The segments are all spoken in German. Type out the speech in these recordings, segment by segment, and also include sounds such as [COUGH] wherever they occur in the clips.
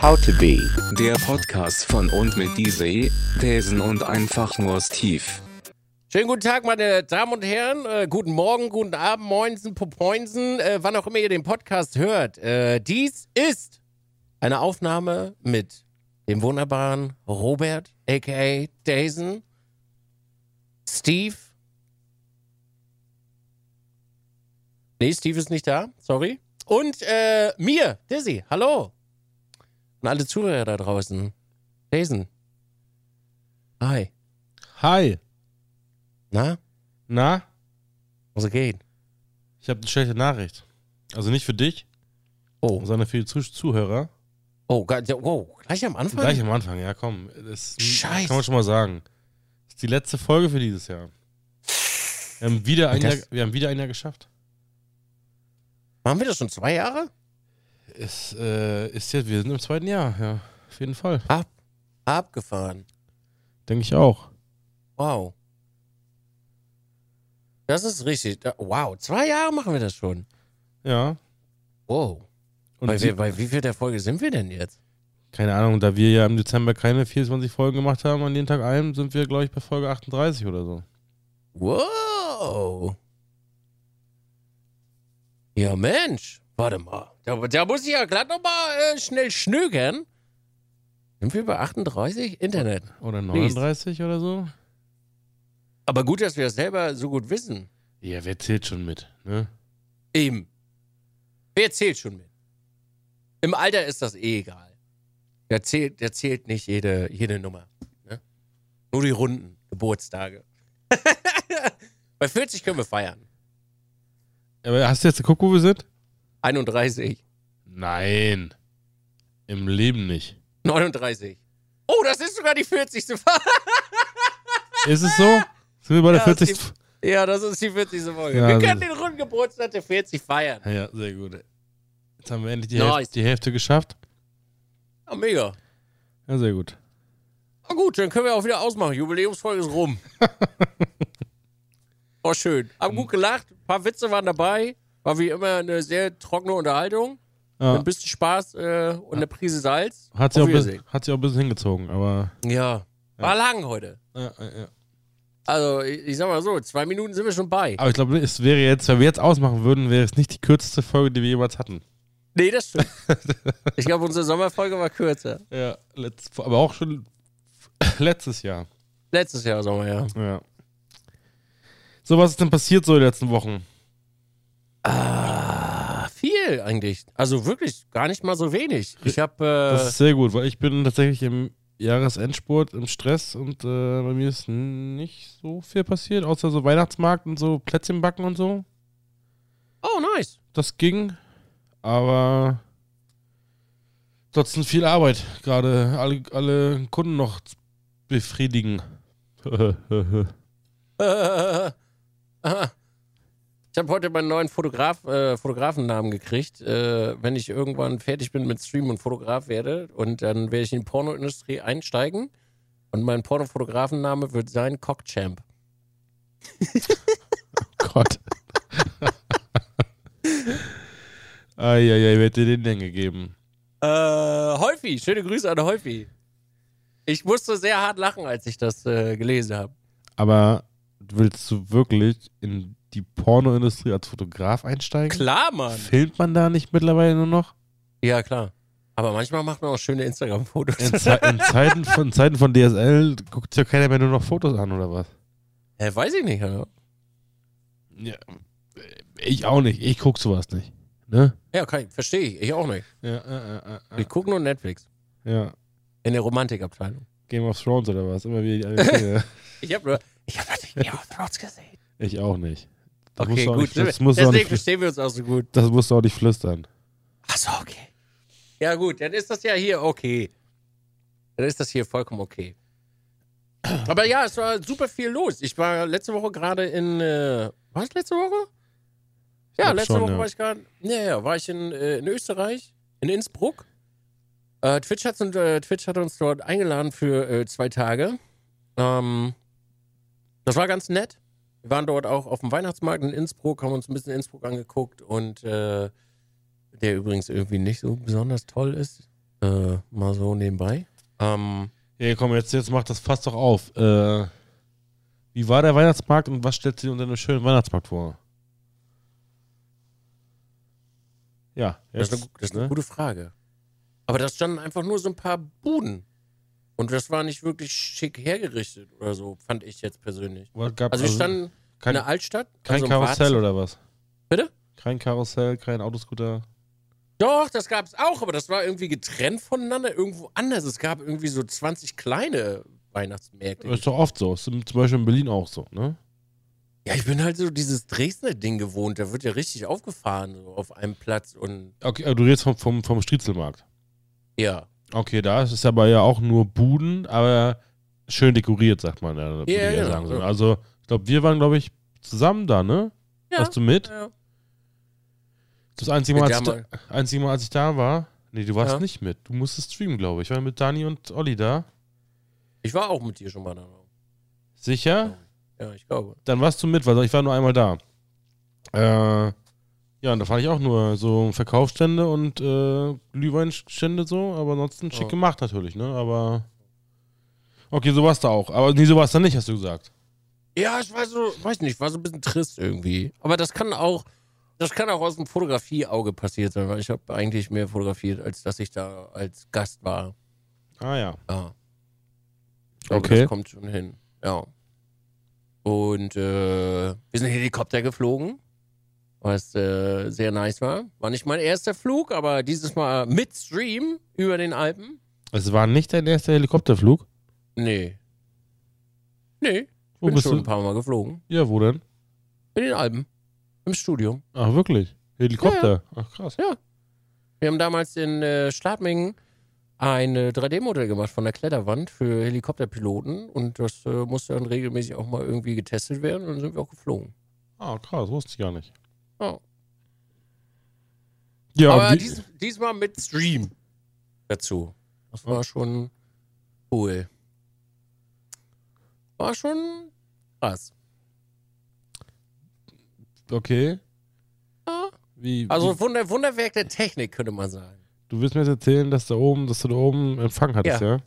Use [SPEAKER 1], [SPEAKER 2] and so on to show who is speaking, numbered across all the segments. [SPEAKER 1] How to be.
[SPEAKER 2] Der Podcast von und mit Diese, Thesen und einfach nur Steve.
[SPEAKER 3] Schönen guten Tag, meine Damen und Herren. Äh, guten Morgen, guten Abend, Moinsen, Popoinsen, äh, wann auch immer ihr den Podcast hört. Äh, dies ist eine Aufnahme mit dem wunderbaren Robert, a.k.a. Dazen, Steve. Nee, Steve ist nicht da, sorry. Und äh, mir, Dizzy, hallo. Und alle Zuhörer da draußen. Dazen. Hi.
[SPEAKER 4] Hi.
[SPEAKER 3] Na,
[SPEAKER 4] Na,
[SPEAKER 3] was geht?
[SPEAKER 4] ich habe eine schlechte Nachricht. Also nicht für dich,
[SPEAKER 3] Oh.
[SPEAKER 4] sondern für die Zuh Zuhörer.
[SPEAKER 3] Oh, ge- ja, wow, gleich am Anfang?
[SPEAKER 4] Gleich am Anfang, ja komm. Das
[SPEAKER 3] Scheiße.
[SPEAKER 4] kann man schon mal sagen. Das ist die letzte Folge für dieses Jahr. Wir haben wieder ein,
[SPEAKER 3] Das-
[SPEAKER 4] Jahr, wir haben wieder ein Jahr geschafft.
[SPEAKER 3] Machen wir das schon zwei Jahre?
[SPEAKER 4] Es, äh, ist jetzt, wir sind im zweiten Jahr, ja. Auf jeden Fall.
[SPEAKER 3] Abgefahren.
[SPEAKER 4] Denke ich auch.
[SPEAKER 3] Wow. Das ist richtig. Da- Wow, zwei Jahre machen wir das schon.
[SPEAKER 4] Ja.
[SPEAKER 3] Wow.
[SPEAKER 4] Und
[SPEAKER 3] bei,
[SPEAKER 4] sie,
[SPEAKER 3] wie, bei wie viel der Folge sind wir denn jetzt?
[SPEAKER 4] keine Ahnung, da wir ja im Dezember keine 24 Folgen gemacht haben, an dem Tag einem sind wir, glaube ich, bei Folge 38 oder so.
[SPEAKER 3] Wow. Ja, Mensch. Warte mal. Da, da muss ich ja glatt nochmal äh, schnell schnögern. Sind wir bei 38? Internet.
[SPEAKER 4] Oder
[SPEAKER 3] Please.
[SPEAKER 4] 39 oder so.
[SPEAKER 3] Aber gut, dass wir das selber so gut wissen.
[SPEAKER 4] Ja, wer zählt schon mit, ne?
[SPEAKER 3] Eben. Wer zählt schon mit? Im Alter ist das eh egal. Der zählt, der zählt nicht jede, jede Nummer. Ne? Nur die Runden, Geburtstage. [LAUGHS] Bei 40 können wir feiern.
[SPEAKER 4] Aber hast du jetzt geguckt, wo wir sind?
[SPEAKER 3] 31,
[SPEAKER 4] Nein. Im Leben nicht.
[SPEAKER 3] 39. Oh, das ist sogar die 40. Folge. [LAUGHS]
[SPEAKER 4] Ist es so? Sind wir bei der
[SPEAKER 3] Ja,
[SPEAKER 4] 40.
[SPEAKER 3] es ja, das ist die 40. Folge.
[SPEAKER 4] Ja,
[SPEAKER 3] wir
[SPEAKER 4] das
[SPEAKER 3] können
[SPEAKER 4] ist-
[SPEAKER 3] den runden Geburtstag der 40 feiern.
[SPEAKER 4] Ja, sehr gut. Jetzt haben wir endlich die,
[SPEAKER 3] Nice.
[SPEAKER 4] Hälfte, die Hälfte geschafft.
[SPEAKER 3] Oh, mega.
[SPEAKER 4] Ja, sehr gut.
[SPEAKER 3] Na gut, dann können wir auch wieder ausmachen. Jubiläumsfolge ist
[SPEAKER 4] [LAUGHS]
[SPEAKER 3] rum. War schön. Haben gut gelacht, ein paar Witze waren dabei. War wie immer eine sehr trockene Unterhaltung.
[SPEAKER 4] Ja,
[SPEAKER 3] Ein bisschen Spaß äh, und eine Prise Salz.
[SPEAKER 4] hat, sie auch
[SPEAKER 3] Auf
[SPEAKER 4] bis,
[SPEAKER 3] Wiedersehen.
[SPEAKER 4] hat sie auch ein bisschen hingezogen, aber.
[SPEAKER 3] Ja. War lang heute.
[SPEAKER 4] Ja, ja, ja.
[SPEAKER 3] Also, ich, ich sag mal so, zwei Minuten sind wir schon bei.
[SPEAKER 4] Aber ich glaube, es wäre jetzt, wenn wir jetzt ausmachen würden, wäre es nicht die kürzeste Folge, die wir jemals hatten.
[SPEAKER 3] Nee, das
[SPEAKER 4] [LAUGHS]
[SPEAKER 3] stimmt. ich glaube, unsere Sommerfolge war kürzer.
[SPEAKER 4] Ja, letzt, aber auch schon letztes Jahr.
[SPEAKER 3] Letztes Jahr Sommer, ja.
[SPEAKER 4] Ja. So, was ist denn passiert so in den letzten Wochen?
[SPEAKER 3] Ah, viel eigentlich. Also wirklich gar nicht mal so wenig. Ich äh, habe.
[SPEAKER 4] Das ist sehr gut, weil ich bin tatsächlich im Jahresendspurt im Stress und äh, bei mir ist nicht so viel passiert, außer so Weihnachtsmarkt und so Plätzchen backen und so.
[SPEAKER 3] Äh, oh, nice.
[SPEAKER 4] Das ging, aber trotzdem viel Arbeit. Gerade alle, alle Kunden noch z- befriedigen.
[SPEAKER 3] [LAUGHS] Äh, aha. ich habe heute meinen neuen Fotograf, äh, Fotografennamen gekriegt. Äh, wenn ich irgendwann fertig bin mit Stream und Fotograf werde und dann werde ich in die Pornoindustrie einsteigen und mein Pornofotografenname wird sein Cockchamp.
[SPEAKER 4] Gott. Eieiei, wer hat dir den denn gegeben?
[SPEAKER 3] Äh, Häufi, schöne Grüße an Häufi. Ich musste sehr hart lachen, als ich das äh, gelesen habe.
[SPEAKER 4] Aber willst du wirklich in die Pornoindustrie als Fotograf einsteigen?
[SPEAKER 3] Klar, Mann.
[SPEAKER 4] Filmt man da nicht mittlerweile nur noch?
[SPEAKER 3] Ja, klar. Aber manchmal macht man auch schöne Instagram-Fotos.
[SPEAKER 4] In, Ze in, Zeiten, von, in Zeiten von DSL guckt ja keiner mehr nur noch Fotos an, oder was?
[SPEAKER 3] [LAUGHS] Hä, weiß ich nicht. Oder?
[SPEAKER 4] Ja, ich auch nicht. Ich guck sowas nicht. Ne?
[SPEAKER 3] Ja, verstehe ich. Ich auch nicht.
[SPEAKER 4] Ja, äh, äh, äh,
[SPEAKER 3] Ich gucke nur Netflix.
[SPEAKER 4] äh. ja.
[SPEAKER 3] In der Romantikabteilung.
[SPEAKER 4] Game of Thrones oder was? Immer wieder
[SPEAKER 3] [LAUGHS]
[SPEAKER 4] die eine Szene.
[SPEAKER 3] Ich habe nur, ich habe natürlich Game of Thrones gesehen.
[SPEAKER 4] Ich auch nicht. Das
[SPEAKER 3] Okay,
[SPEAKER 4] musst du auch
[SPEAKER 3] gut.
[SPEAKER 4] Nicht, das, musst du auch
[SPEAKER 3] Deswegen
[SPEAKER 4] nicht, flü-
[SPEAKER 3] verstehen wir uns auch so gut.
[SPEAKER 4] das musst du auch nicht flüstern.
[SPEAKER 3] Achso, okay. Ja gut, dann ist das ja hier okay. Dann ist das hier vollkommen okay. Aber ja, es war super viel los. Ich war letzte Woche gerade in, äh, war ich letzte Woche? Ja,
[SPEAKER 4] glaub
[SPEAKER 3] letzte
[SPEAKER 4] schon,
[SPEAKER 3] Woche
[SPEAKER 4] ja.
[SPEAKER 3] war ich gerade, ja, ja, war ich in, äh, in Österreich, in Innsbruck. Äh, Twitch, hat, äh, Twitch hat uns dort eingeladen für äh, zwei Tage. Ähm, das war ganz nett. Wir waren dort auch auf dem Weihnachtsmarkt in Innsbruck, haben uns ein bisschen Innsbruck angeguckt und äh, der übrigens irgendwie nicht so besonders toll ist. Äh, mal so nebenbei. Ähm,
[SPEAKER 4] Hey, komm, jetzt, jetzt mach das fast doch auf. Äh, wie war der Weihnachtsmarkt und was stellst du dir unter einem schönen Weihnachtsmarkt vor? Ja,
[SPEAKER 3] das, ist
[SPEAKER 4] jetzt,
[SPEAKER 3] eine, gu- das ist eine
[SPEAKER 4] ne?
[SPEAKER 3] gute Frage. Aber da standen einfach nur so ein paar Buden. Und das war nicht wirklich schick hergerichtet oder so, fand ich jetzt persönlich.
[SPEAKER 4] Was gab,
[SPEAKER 3] Also wir standen
[SPEAKER 4] kein,
[SPEAKER 3] in der Altstadt.
[SPEAKER 4] kein
[SPEAKER 3] also im
[SPEAKER 4] Karussell
[SPEAKER 3] Warzen-
[SPEAKER 4] oder was?
[SPEAKER 3] Bitte?
[SPEAKER 4] Kein Karussell, kein Autoscooter.
[SPEAKER 3] Doch, das gab es auch, aber das war irgendwie getrennt voneinander, irgendwo anders. Es gab irgendwie so 20 kleine Weihnachtsmärkte.
[SPEAKER 4] Ist doch oft so. Ist zum Beispiel in Berlin auch so, ne?
[SPEAKER 3] Ja, ich bin halt so dieses Dresdner Ding gewohnt. Da wird ja richtig aufgefahren, so auf einem Platz und
[SPEAKER 4] Okay, aber Also du redest vom, vom, vom Striezelmarkt.
[SPEAKER 3] ja.
[SPEAKER 4] Okay, da ist es aber ja auch nur Buden, aber schön dekoriert, sagt man. Ja, würde
[SPEAKER 3] Ja,
[SPEAKER 4] ich
[SPEAKER 3] genau,
[SPEAKER 4] sagen.
[SPEAKER 3] so.
[SPEAKER 4] Also, ich glaube, wir waren, glaube ich, zusammen da, ne?
[SPEAKER 3] Ja.
[SPEAKER 4] Hast du mit?
[SPEAKER 3] ja.
[SPEAKER 4] Das einzige Mal,
[SPEAKER 3] Mit
[SPEAKER 4] als ich
[SPEAKER 3] Jamal.
[SPEAKER 4] da, einzige Mal, als ich da war, nee, du warst
[SPEAKER 3] Ja.
[SPEAKER 4] nicht mit. Du musstest streamen, glaube ich. Ich war mit Dani und Olli da.
[SPEAKER 3] Ich war auch mit dir schon mal da.
[SPEAKER 4] Sicher?
[SPEAKER 3] Ja, ich glaube.
[SPEAKER 4] Dann warst du mit, weil ich war nur einmal da. Äh, ja, und da fand ich auch nur so Verkaufsstände und äh, Glühweinstände so, aber ansonsten schick
[SPEAKER 3] Ja.
[SPEAKER 4] gemacht natürlich, ne? Aber. Okay, so warst du auch. Aber nee, so warst du nicht, hast du gesagt.
[SPEAKER 3] Ja, ich war so, weiß nicht, war so ein bisschen trist irgendwie. Aber das kann auch, das kann auch aus dem Fotografieauge passiert sein, weil ich habe eigentlich mehr fotografiert, als dass ich da als Gast war.
[SPEAKER 4] Ah ja.
[SPEAKER 3] Ja. Ich glaube,
[SPEAKER 4] Okay.
[SPEAKER 3] Das kommt schon hin. Ja. Und äh, wir sind Helikopter geflogen, was äh, sehr nice war. War nicht mein erster Flug, aber dieses Mal mit Stream über den Alpen.
[SPEAKER 4] Es war nicht dein erster Helikopterflug.
[SPEAKER 3] Nee. Nee. Ich
[SPEAKER 4] Wo
[SPEAKER 3] bin
[SPEAKER 4] bist
[SPEAKER 3] schon
[SPEAKER 4] du?
[SPEAKER 3] ein paar Mal geflogen.
[SPEAKER 4] Ja, wo denn?
[SPEAKER 3] In den Alpen. Im Studium.
[SPEAKER 4] Ach, wirklich? Helikopter. Ach, krass.
[SPEAKER 3] Ja. Wir haben damals in äh, Schladmingen ein 3D-Modell gemacht von der Kletterwand für Helikopterpiloten und das äh, musste dann regelmäßig auch mal irgendwie getestet werden und dann sind wir auch geflogen.
[SPEAKER 4] Ah, krass, wusste ich gar nicht.
[SPEAKER 3] Ja.
[SPEAKER 4] Ja,
[SPEAKER 3] Aber
[SPEAKER 4] wie-
[SPEAKER 3] dies, diesmal mit Stream dazu. Das war schon cool. War schon krass.
[SPEAKER 4] Okay.
[SPEAKER 3] Ja.
[SPEAKER 4] Wie,
[SPEAKER 3] Also
[SPEAKER 4] wie,
[SPEAKER 3] Wunder, Wunderwerk der Technik, könnte man sagen.
[SPEAKER 4] du willst mir jetzt erzählen, dass da oben, dass du da oben Empfang hattest, ja? ja?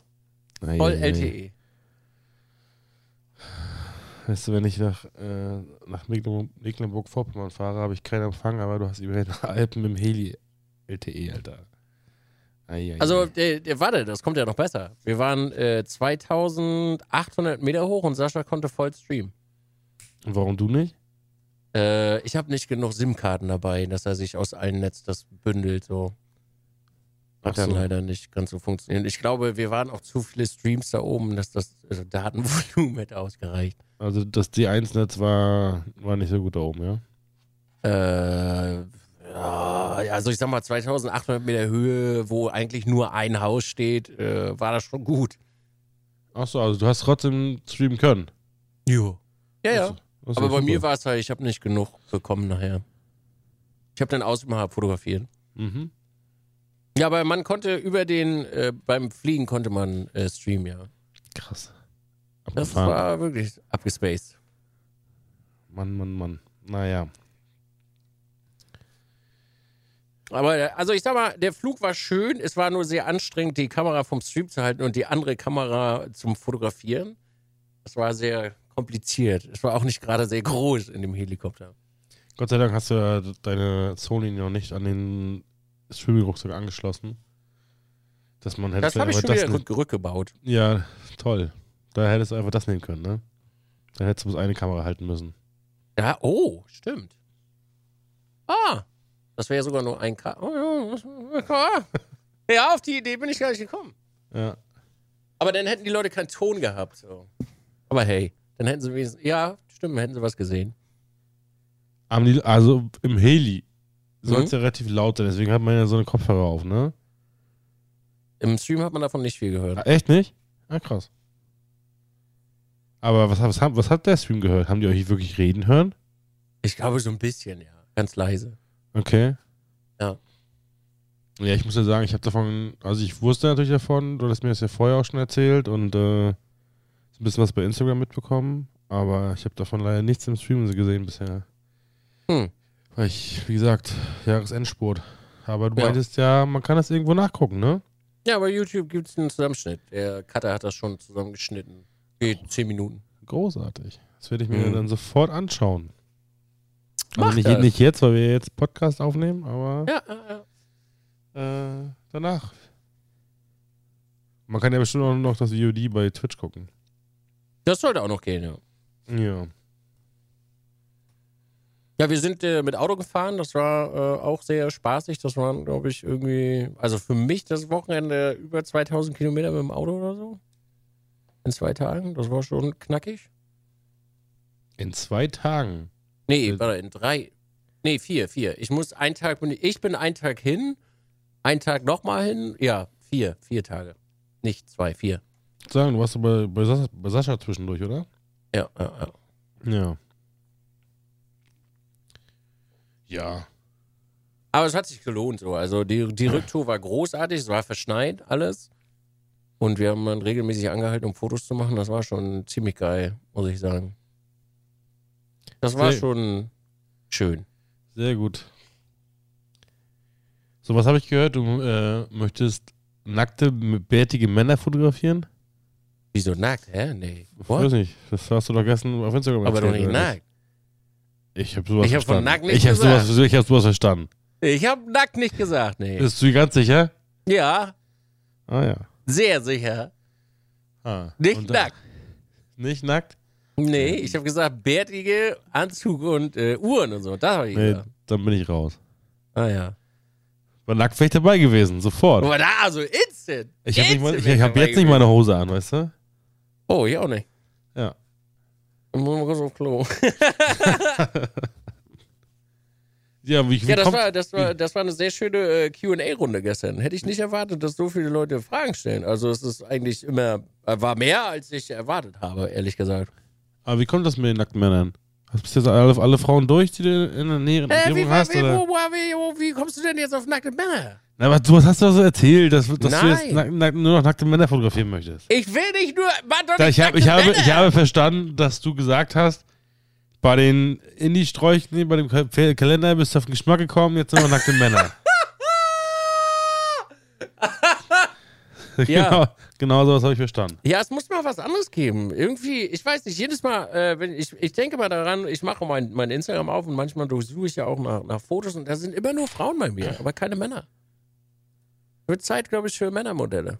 [SPEAKER 3] Voll
[SPEAKER 4] Eieiei.
[SPEAKER 3] LTE.
[SPEAKER 4] Weißt du, wenn ich nach, äh, nach Mecklenburg- Mecklenburg-Vorpommern fahre, habe ich keinen Empfang, aber du hast immerhin [LAUGHS] Alpen mit dem Heli LTE, Alter. Eieiei.
[SPEAKER 3] Also, äh, äh, warte, das kommt ja noch besser. Wir waren äh, 2800 Meter hoch und Sascha konnte voll streamen.
[SPEAKER 4] Und warum du nicht?
[SPEAKER 3] Äh, ich habe nicht genug SIM-Karten dabei, dass er sich aus allen Netz das bündelt. So. Hat
[SPEAKER 4] Ach
[SPEAKER 3] dann
[SPEAKER 4] so.
[SPEAKER 3] leider nicht ganz so funktioniert. Ich glaube, wir waren auch zu viele Streams da oben, dass das äh, Datenvolumen [LAUGHS] hätte ausgereicht.
[SPEAKER 4] Also das D1-Netz war, war nicht so gut da oben, ja?
[SPEAKER 3] Äh, ja, also ich sag mal 2800 Meter Höhe, wo eigentlich nur ein Haus steht, äh, war das schon gut.
[SPEAKER 4] Achso, also du hast trotzdem streamen können.
[SPEAKER 3] Jo. Ja, ja.
[SPEAKER 4] Das ist
[SPEAKER 3] Aber
[SPEAKER 4] ja
[SPEAKER 3] bei
[SPEAKER 4] super.
[SPEAKER 3] mir war es halt, ich habe nicht genug bekommen nachher. Ich habe dann außerhalb fotografiert.
[SPEAKER 4] Mhm.
[SPEAKER 3] Ja, aber man konnte über den, äh, beim Fliegen konnte man äh, streamen, ja.
[SPEAKER 4] Krass.
[SPEAKER 3] Das
[SPEAKER 4] Abgefahren.
[SPEAKER 3] war wirklich abgespaced.
[SPEAKER 4] Mann, Mann, Mann. Naja.
[SPEAKER 3] Aber äh, also ich sag mal, der Flug war schön, es war nur sehr anstrengend, die Kamera vom Stream zu halten und die andere Kamera zum Fotografieren. Das war sehr kompliziert. Es war auch nicht gerade sehr groß in dem Helikopter.
[SPEAKER 4] Gott sei Dank hast du ja deine Sony noch nicht an den Streaming-Rucksack angeschlossen. Dass man hätte
[SPEAKER 3] Das habe ich
[SPEAKER 4] einfach
[SPEAKER 3] schon wieder
[SPEAKER 4] das ne-
[SPEAKER 3] rückgebaut.
[SPEAKER 4] Ja, toll. Da hättest du einfach das nehmen können, ne? Dann hättest du bloß eine Kamera halten müssen.
[SPEAKER 3] Ja, oh, stimmt. Ah, das wäre sogar nur ein K. Oh, ja, das- [LAUGHS] ah. ja, auf die Idee bin ich gar nicht gekommen.
[SPEAKER 4] Ja.
[SPEAKER 3] Aber dann hätten die Leute keinen Ton gehabt. So. Aber hey, dann hätten sie wenigstens. Ja, stimmt, hätten sie was gesehen.
[SPEAKER 4] Am Li- Also im Heli soll
[SPEAKER 3] Mhm.
[SPEAKER 4] es ja relativ laut sein, deswegen hat man ja so eine Kopfhörer auf, ne?
[SPEAKER 3] Im Stream hat man davon nicht viel
[SPEAKER 4] Ah,
[SPEAKER 3] gehört.
[SPEAKER 4] echt nicht? Ah, krass. Aber was, was, haben- was hat der Stream gehört? Haben die euch wirklich reden hören?
[SPEAKER 3] Ich glaube, so ein bisschen, ja. Ganz leise.
[SPEAKER 4] Okay.
[SPEAKER 3] Ja.
[SPEAKER 4] Ja, ich muss ja sagen, ich habe davon, also ich wusste natürlich davon, du hast mir das ja vorher auch schon erzählt und äh, ein bisschen was bei Instagram mitbekommen, aber ich habe davon leider nichts im Stream gesehen bisher.
[SPEAKER 3] Hm.
[SPEAKER 4] Weil ich, wie gesagt, Jahresendspurt. Aber du
[SPEAKER 3] Ja.
[SPEAKER 4] meintest ja, man kann das irgendwo nachgucken, ne?
[SPEAKER 3] Ja, bei YouTube gibt es einen Zusammenschnitt. Der Cutter hat das schon zusammengeschnitten. Geht zehn Minuten.
[SPEAKER 4] Großartig. Das werde ich mir
[SPEAKER 3] Mhm.
[SPEAKER 4] dann sofort anschauen.
[SPEAKER 3] Mach
[SPEAKER 4] Also nicht,
[SPEAKER 3] das.
[SPEAKER 4] nicht jetzt, weil wir jetzt Podcast aufnehmen, aber
[SPEAKER 3] Ja, ja, ja.
[SPEAKER 4] äh, danach. Man kann ja bestimmt auch noch das VOD bei Twitch gucken.
[SPEAKER 3] das sollte auch noch gehen, ja.
[SPEAKER 4] Ja.
[SPEAKER 3] Ja, wir sind äh, mit Auto gefahren. Das war äh, auch sehr spaßig. Das waren, glaube ich, irgendwie, also für mich das Wochenende über 2000 Kilometer mit dem Auto oder so. In zwei Tagen. Das war schon knackig.
[SPEAKER 4] In zwei Tagen.
[SPEAKER 3] Nee,
[SPEAKER 4] Äh,
[SPEAKER 3] warte, in drei. Nee, vier, vier. Ich muss einen Tag, bin- ich bin einen Tag hin, einen Tag nochmal hin. Ja, vier, vier Tage. Nicht zwei, vier.
[SPEAKER 4] Sagen, du warst bei, bei, Sascha, bei Sascha zwischendurch, oder?
[SPEAKER 3] Ja, ja, ja.
[SPEAKER 4] Ja. Ja.
[SPEAKER 3] Aber es hat sich gelohnt so. Also die, die Rücktour war großartig, es war verschneit alles. Und wir haben dann regelmäßig angehalten, um Fotos zu machen. Das war schon ziemlich geil, muss ich sagen. Das war
[SPEAKER 4] Sehr-
[SPEAKER 3] schon schön.
[SPEAKER 4] Sehr gut. So, was habe ich gehört? Du äh, möchtest nackte, bärtige Männer fotografieren?
[SPEAKER 3] Wieso nackt? Hä? Nee.
[SPEAKER 4] Ich
[SPEAKER 3] What?
[SPEAKER 4] weiß nicht. Das hast du doch gestern auf Instagram
[SPEAKER 3] Aber doch
[SPEAKER 4] erzählt,
[SPEAKER 3] nicht
[SPEAKER 4] oder
[SPEAKER 3] nackt.
[SPEAKER 4] Ich habe sowas
[SPEAKER 3] Ich hab von
[SPEAKER 4] verstanden.
[SPEAKER 3] nackt nicht
[SPEAKER 4] ich habe
[SPEAKER 3] gesagt.
[SPEAKER 4] sowas, ich hab sowas verstanden.
[SPEAKER 3] Ich habe nackt nicht gesagt, nee.
[SPEAKER 4] Bist du ganz sicher?
[SPEAKER 3] Ja,
[SPEAKER 4] Ah ja.
[SPEAKER 3] sehr sicher.
[SPEAKER 4] Ah,
[SPEAKER 3] Nicht
[SPEAKER 4] und dann-
[SPEAKER 3] nackt.
[SPEAKER 4] Nicht nackt?
[SPEAKER 3] Nee, ich habe gesagt, bärtige Anzug und äh, Uhren und so. Das habe ich
[SPEAKER 4] Nee,
[SPEAKER 3] gesagt.
[SPEAKER 4] dann bin ich raus.
[SPEAKER 3] Ah ja.
[SPEAKER 4] War nackt vielleicht dabei gewesen, sofort.
[SPEAKER 3] Aber da, also instant.
[SPEAKER 4] Ich habe
[SPEAKER 3] Instant
[SPEAKER 4] ich,
[SPEAKER 3] wär
[SPEAKER 4] ich hab
[SPEAKER 3] dabei
[SPEAKER 4] jetzt nicht meine Hose an, weißt du?
[SPEAKER 3] Oh, ich auch nicht.
[SPEAKER 4] Ja.
[SPEAKER 3] Ich muss mal kurz auf Klo.
[SPEAKER 4] Ja, wie, wie
[SPEAKER 3] Ja, das
[SPEAKER 4] kommt,
[SPEAKER 3] war, das, war, das war eine sehr schöne äh, QA-Runde gestern. Hätte ich nicht erwartet, dass so viele Leute Fragen stellen. Also, es ist eigentlich immer, äh, war mehr, als ich erwartet habe, ehrlich gesagt.
[SPEAKER 4] aber wie kommt das mit den nackten Männern? Hast du bis jetzt alle, alle Frauen durch, die du in der näheren
[SPEAKER 3] Äh,
[SPEAKER 4] Umgebung hast? oder?
[SPEAKER 3] wie kommst du denn jetzt auf nackte Männer?
[SPEAKER 4] Na, aber du hast doch so erzählt, dass, dass du jetzt
[SPEAKER 3] Nein.
[SPEAKER 4] nack, nack, nur noch nackte Männer fotografieren möchtest.
[SPEAKER 3] Ich will nicht nur. Warte doch
[SPEAKER 4] Da,
[SPEAKER 3] nicht
[SPEAKER 4] ich, hab,
[SPEAKER 3] nackte
[SPEAKER 4] ich, habe,
[SPEAKER 3] Männer.
[SPEAKER 4] ich habe verstanden, dass du gesagt hast, bei den Indie-Sträuchen, nee, bei dem Ka- Fe- Kalender bist du auf den Geschmack gekommen, jetzt sind wir nackte Männer. genau, genau sowas habe ich verstanden.
[SPEAKER 3] Ja, es muss mal was anderes geben. Irgendwie, ich weiß nicht, jedes Mal, äh, wenn ich, ich denke mal daran, ich mache mein, mein Instagram auf und manchmal durchsuche ich ja auch nach, nach Fotos und da sind immer nur Frauen bei mir, aber keine Männer. Wird Zeit, glaube ich, für Männermodelle.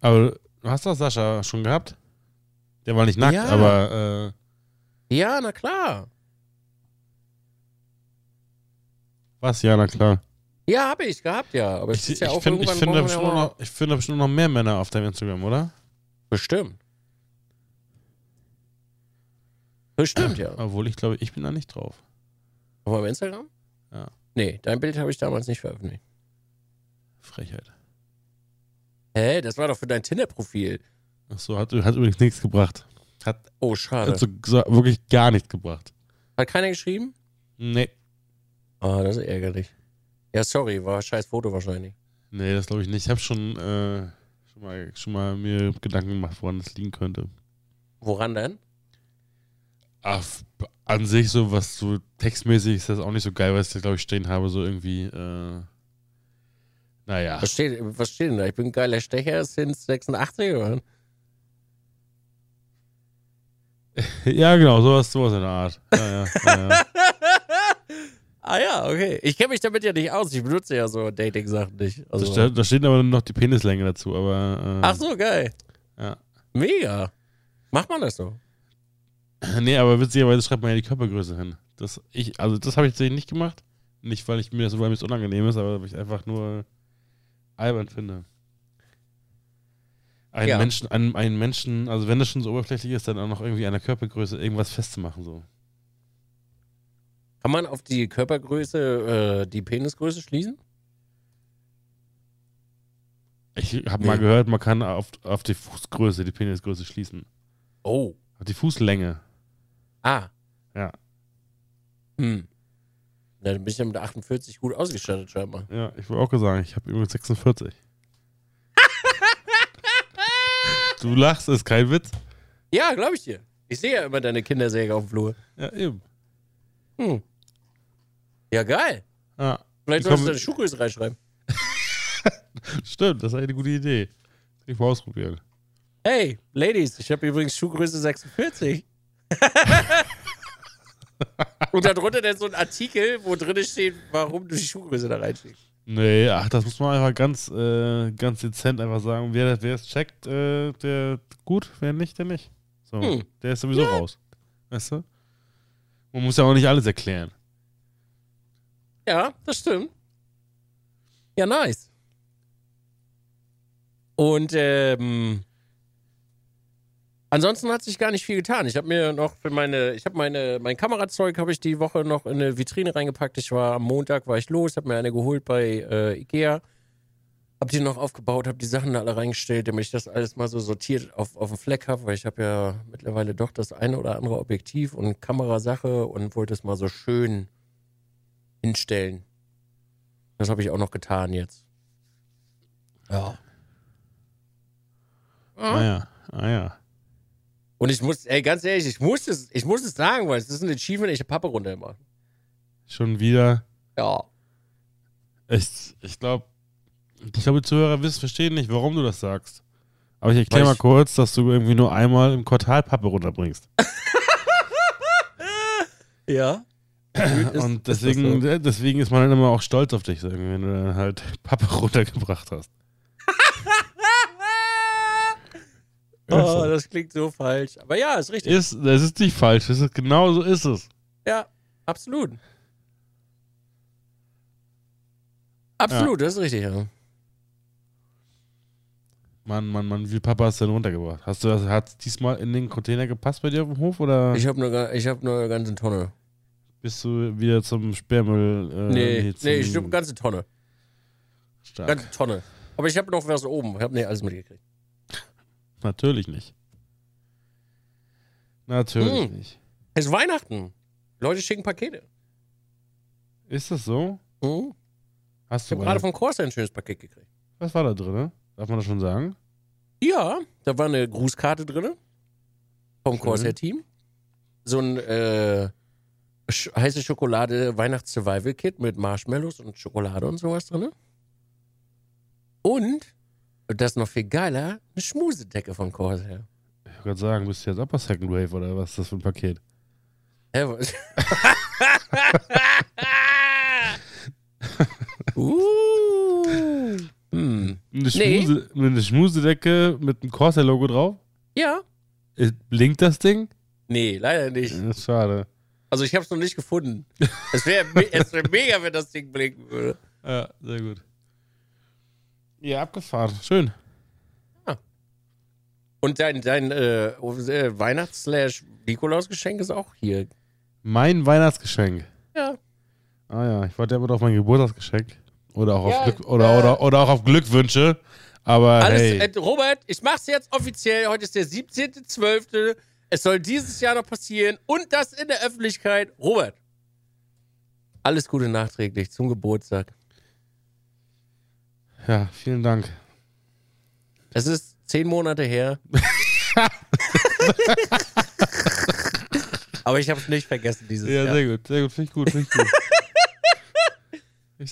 [SPEAKER 4] Aber du hast doch Sascha schon gehabt. Der war nicht nackt,
[SPEAKER 3] Ja.
[SPEAKER 4] aber äh,
[SPEAKER 3] Ja, na klar.
[SPEAKER 4] was? Ja, na klar.
[SPEAKER 3] Ja, habe ich gehabt, ja. Aber es ist
[SPEAKER 4] Ich, ich,
[SPEAKER 3] ja auch
[SPEAKER 4] find- ich
[SPEAKER 3] irgendwann
[SPEAKER 4] finde da
[SPEAKER 3] brauchen wir
[SPEAKER 4] bestimmt,
[SPEAKER 3] ja
[SPEAKER 4] noch- ich find da bestimmt noch mehr Männer auf deinem Instagram, oder?
[SPEAKER 3] Bestimmt. Bestimmt, ja.
[SPEAKER 4] Obwohl ich glaube, ich bin da nicht drauf.
[SPEAKER 3] Auf meinem Instagram?
[SPEAKER 4] Ja.
[SPEAKER 3] Nee, dein Bild habe ich damals nicht veröffentlicht.
[SPEAKER 4] Frechheit.
[SPEAKER 3] Hä, das war doch für dein Tinder-Profil.
[SPEAKER 4] Achso, hat, hat übrigens nichts gebracht. Hat
[SPEAKER 3] Oh, schade.
[SPEAKER 4] Also so- wirklich gar nichts gebracht.
[SPEAKER 3] Hat keiner geschrieben?
[SPEAKER 4] Nee.
[SPEAKER 3] Ah, das ist ärgerlich. Ja, sorry, war ein scheiß Foto wahrscheinlich.
[SPEAKER 4] Nee, das glaube ich nicht. Ich habe schon, äh, schon, mal, schon mal mir Gedanken gemacht, woran das liegen könnte.
[SPEAKER 3] Woran denn?
[SPEAKER 4] Ach, an sich so was so textmäßig ist das auch nicht so geil, weil ich das glaube ich stehen habe, so irgendwie, äh, naja.
[SPEAKER 3] Was steht, was steht denn da? Ich bin ein geiler Stecher since 86 oder?
[SPEAKER 4] Ja, genau, sowas, sowas in der Art. Ja, ja, ja, ja.
[SPEAKER 3] Ah ja, okay. Ich kenne mich damit ja nicht aus. Ich benutze ja so Dating-Sachen nicht.
[SPEAKER 4] Da,
[SPEAKER 3] [LAUGHS] Also.
[SPEAKER 4] ste- da steht aber noch die Penislänge dazu, aber. Äh,
[SPEAKER 3] Ach so, geil.
[SPEAKER 4] Ja.
[SPEAKER 3] Mega. Macht man das so?
[SPEAKER 4] [LAUGHS] Nee, aber witzigerweise schreibt man ja die Körpergröße hin. Das, ich, also das habe ich tatsächlich nicht gemacht. Nicht, weil ich mir das weil mir das unangenehm ist, aber weil ich einfach nur albern finde. Einen
[SPEAKER 3] Ja.
[SPEAKER 4] Menschen, einen, einen Menschen, also wenn das schon so oberflächlich ist, dann auch noch irgendwie an der Körpergröße irgendwas festzumachen. So.
[SPEAKER 3] Kann man auf die Körpergröße, äh, die Penisgröße schließen?
[SPEAKER 4] Ich habe
[SPEAKER 3] Nee.
[SPEAKER 4] mal gehört, man kann auf, auf die Fußgröße, die Penisgröße schließen.
[SPEAKER 3] Oh.
[SPEAKER 4] Auf die Fußlänge.
[SPEAKER 3] Ah.
[SPEAKER 4] Ja.
[SPEAKER 3] Hm. Na, dann bin ich ja mit 48 gut ausgestattet, scheinbar.
[SPEAKER 4] Ja, ich wollte auch gesagt, ich habe übrigens 46. du lachst, ist kein Witz.
[SPEAKER 3] Ja, glaube ich dir. Ich sehe ja immer deine Kindersäge auf dem Flur.
[SPEAKER 4] Ja, eben.
[SPEAKER 3] Hm. Ja, geil.
[SPEAKER 4] Ja.
[SPEAKER 3] Vielleicht
[SPEAKER 4] Die
[SPEAKER 3] sollst
[SPEAKER 4] kommen-
[SPEAKER 3] du deine Schuhgröße reinschreiben.
[SPEAKER 4] Stimmt, das ist eine gute Idee. Kann ich mal ausprobieren.
[SPEAKER 3] Hey, Ladies, ich habe übrigens Schuhgröße 46. Und darunter dann so ein Artikel, wo drin steht, warum du die Schuhgröße da reinschickst.
[SPEAKER 4] Nee, ach, das muss man einfach ganz, äh, ganz dezent einfach sagen. Wer wer es checkt, äh, der gut, wer nicht, der nicht. So,
[SPEAKER 3] Hm.
[SPEAKER 4] der ist sowieso raus. Weißt du? Man muss ja auch nicht alles erklären.
[SPEAKER 3] Ja, das stimmt. Ja, nice. Und ähm, ansonsten hat sich gar nicht viel getan. Ich habe mir noch für meine, ich habe meine, mein Kamerazeug habe ich die Woche noch in eine Vitrine reingepackt. Ich war am Montag war ich los, habe mir eine geholt bei äh, Ikea, habe die noch aufgebaut, habe die Sachen da alle reingestellt, damit ich das alles mal so sortiert auf auf dem Fleck habe, weil ich habe ja mittlerweile doch das eine oder andere Objektiv und Kamerasache und wollte es mal so schön hinstellen. Das habe ich auch noch getan jetzt. Ja.
[SPEAKER 4] Ah ja, ah ja.
[SPEAKER 3] Und ich muss, ey, ganz ehrlich, ich muss es, ich muss es sagen, weil es ist ein Achievement, ich hab Pappe runter immer.
[SPEAKER 4] Schon wieder
[SPEAKER 3] Ja.
[SPEAKER 4] Ich, ich glaube, ich glaube, die Zuhörer wissen, verstehen nicht, warum du das sagst. Aber ich erkläre
[SPEAKER 3] Weil
[SPEAKER 4] mal
[SPEAKER 3] ich-
[SPEAKER 4] kurz, dass du irgendwie nur einmal im Quartal Pappe runterbringst.
[SPEAKER 3] [LAUGHS] Ja. Gut, ist-
[SPEAKER 4] Und
[SPEAKER 3] ist das
[SPEAKER 4] deswegen,
[SPEAKER 3] so?
[SPEAKER 4] deswegen ist man dann immer auch stolz auf dich, so irgendwie, wenn du dann halt Pappe runtergebracht hast.
[SPEAKER 3] Oh, das klingt so falsch. Aber ja, ist richtig.
[SPEAKER 4] Ist, das ist nicht falsch, das ist, genau so ist es.
[SPEAKER 3] Ja, absolut. Absolut, das ist richtig, ja.
[SPEAKER 4] Mann, Mann, Mann, wie viel Pappe hast du denn runtergebracht? Hast du das, hat's diesmal in den Container gepasst bei dir auf dem Hof oder
[SPEAKER 3] Ich habe nur, ich hab nur eine ganze Tonne.
[SPEAKER 4] bist du wieder zum Sperrmüll? Äh,
[SPEAKER 3] Nee, nee,
[SPEAKER 4] zum-
[SPEAKER 3] ich habe ganze Tonne.
[SPEAKER 4] stark.
[SPEAKER 3] Ganze Tonne. Aber ich habe noch was oben. Ich habe nicht alles mitgekriegt.
[SPEAKER 4] Natürlich nicht. Natürlich
[SPEAKER 3] Hm.
[SPEAKER 4] nicht.
[SPEAKER 3] Es ist Weihnachten. Leute schicken Pakete.
[SPEAKER 4] Ist das so?
[SPEAKER 3] Hm?
[SPEAKER 4] Hast
[SPEAKER 3] Ich
[SPEAKER 4] du
[SPEAKER 3] habe gerade
[SPEAKER 4] gerade
[SPEAKER 3] vom Corsair ein schönes Paket gekriegt.
[SPEAKER 4] Was war da drin? Darf man das schon sagen?
[SPEAKER 3] Ja, da war eine Grußkarte drin. Vom
[SPEAKER 4] Schön.
[SPEAKER 3] Corsair-Team. So ein äh, Sch heiße Schokolade Weihnachts-Survival-Kit mit Marshmallows und Schokolade und sowas drin. Und, und das ist noch viel geiler, eine Schmusedecke von Corsair.
[SPEAKER 4] Ich wollte gerade sagen, bist du jetzt Upper Second Wave oder was ist das für ein Paket?
[SPEAKER 3] Hä, was- uh. hm.
[SPEAKER 4] Eine,
[SPEAKER 3] Nee.
[SPEAKER 4] Schmuse, eine Schmusedecke mit einem Corsair-Logo drauf?
[SPEAKER 3] Ja.
[SPEAKER 4] Äh, Blinkt das Ding?
[SPEAKER 3] Nee, leider nicht.
[SPEAKER 4] Das ist schade.
[SPEAKER 3] Also ich habe es noch nicht gefunden. Es wäre es wär mega, wenn das Ding blinken würde.
[SPEAKER 4] Ja, sehr gut. Ja, abgefahren. Schön.
[SPEAKER 3] Und dein, dein äh, äh, Weihnachts-Nikolaus-Geschenk ist auch hier.
[SPEAKER 4] Mein Weihnachtsgeschenk.
[SPEAKER 3] Ja.
[SPEAKER 4] Ah ja, ich warte aber auf mein Geburtstagsgeschenk. Oder auch,
[SPEAKER 3] Ja,
[SPEAKER 4] auf, Glück, oder,
[SPEAKER 3] äh,
[SPEAKER 4] oder, oder auch auf Glückwünsche. Aber
[SPEAKER 3] Alles,
[SPEAKER 4] hey.
[SPEAKER 3] äh, Robert, ich mach's jetzt offiziell. Heute ist der 17.12. Es soll dieses Jahr noch passieren und das in der Öffentlichkeit. Robert. Alles Gute nachträglich zum Geburtstag.
[SPEAKER 4] ja, vielen Dank.
[SPEAKER 3] Es ist zehn Monate her. [LAUGHS] Aber ich habe es nicht vergessen dieses
[SPEAKER 4] Ja,
[SPEAKER 3] Jahr.
[SPEAKER 4] sehr gut, sehr gut, finde ich gut, finde ich gut.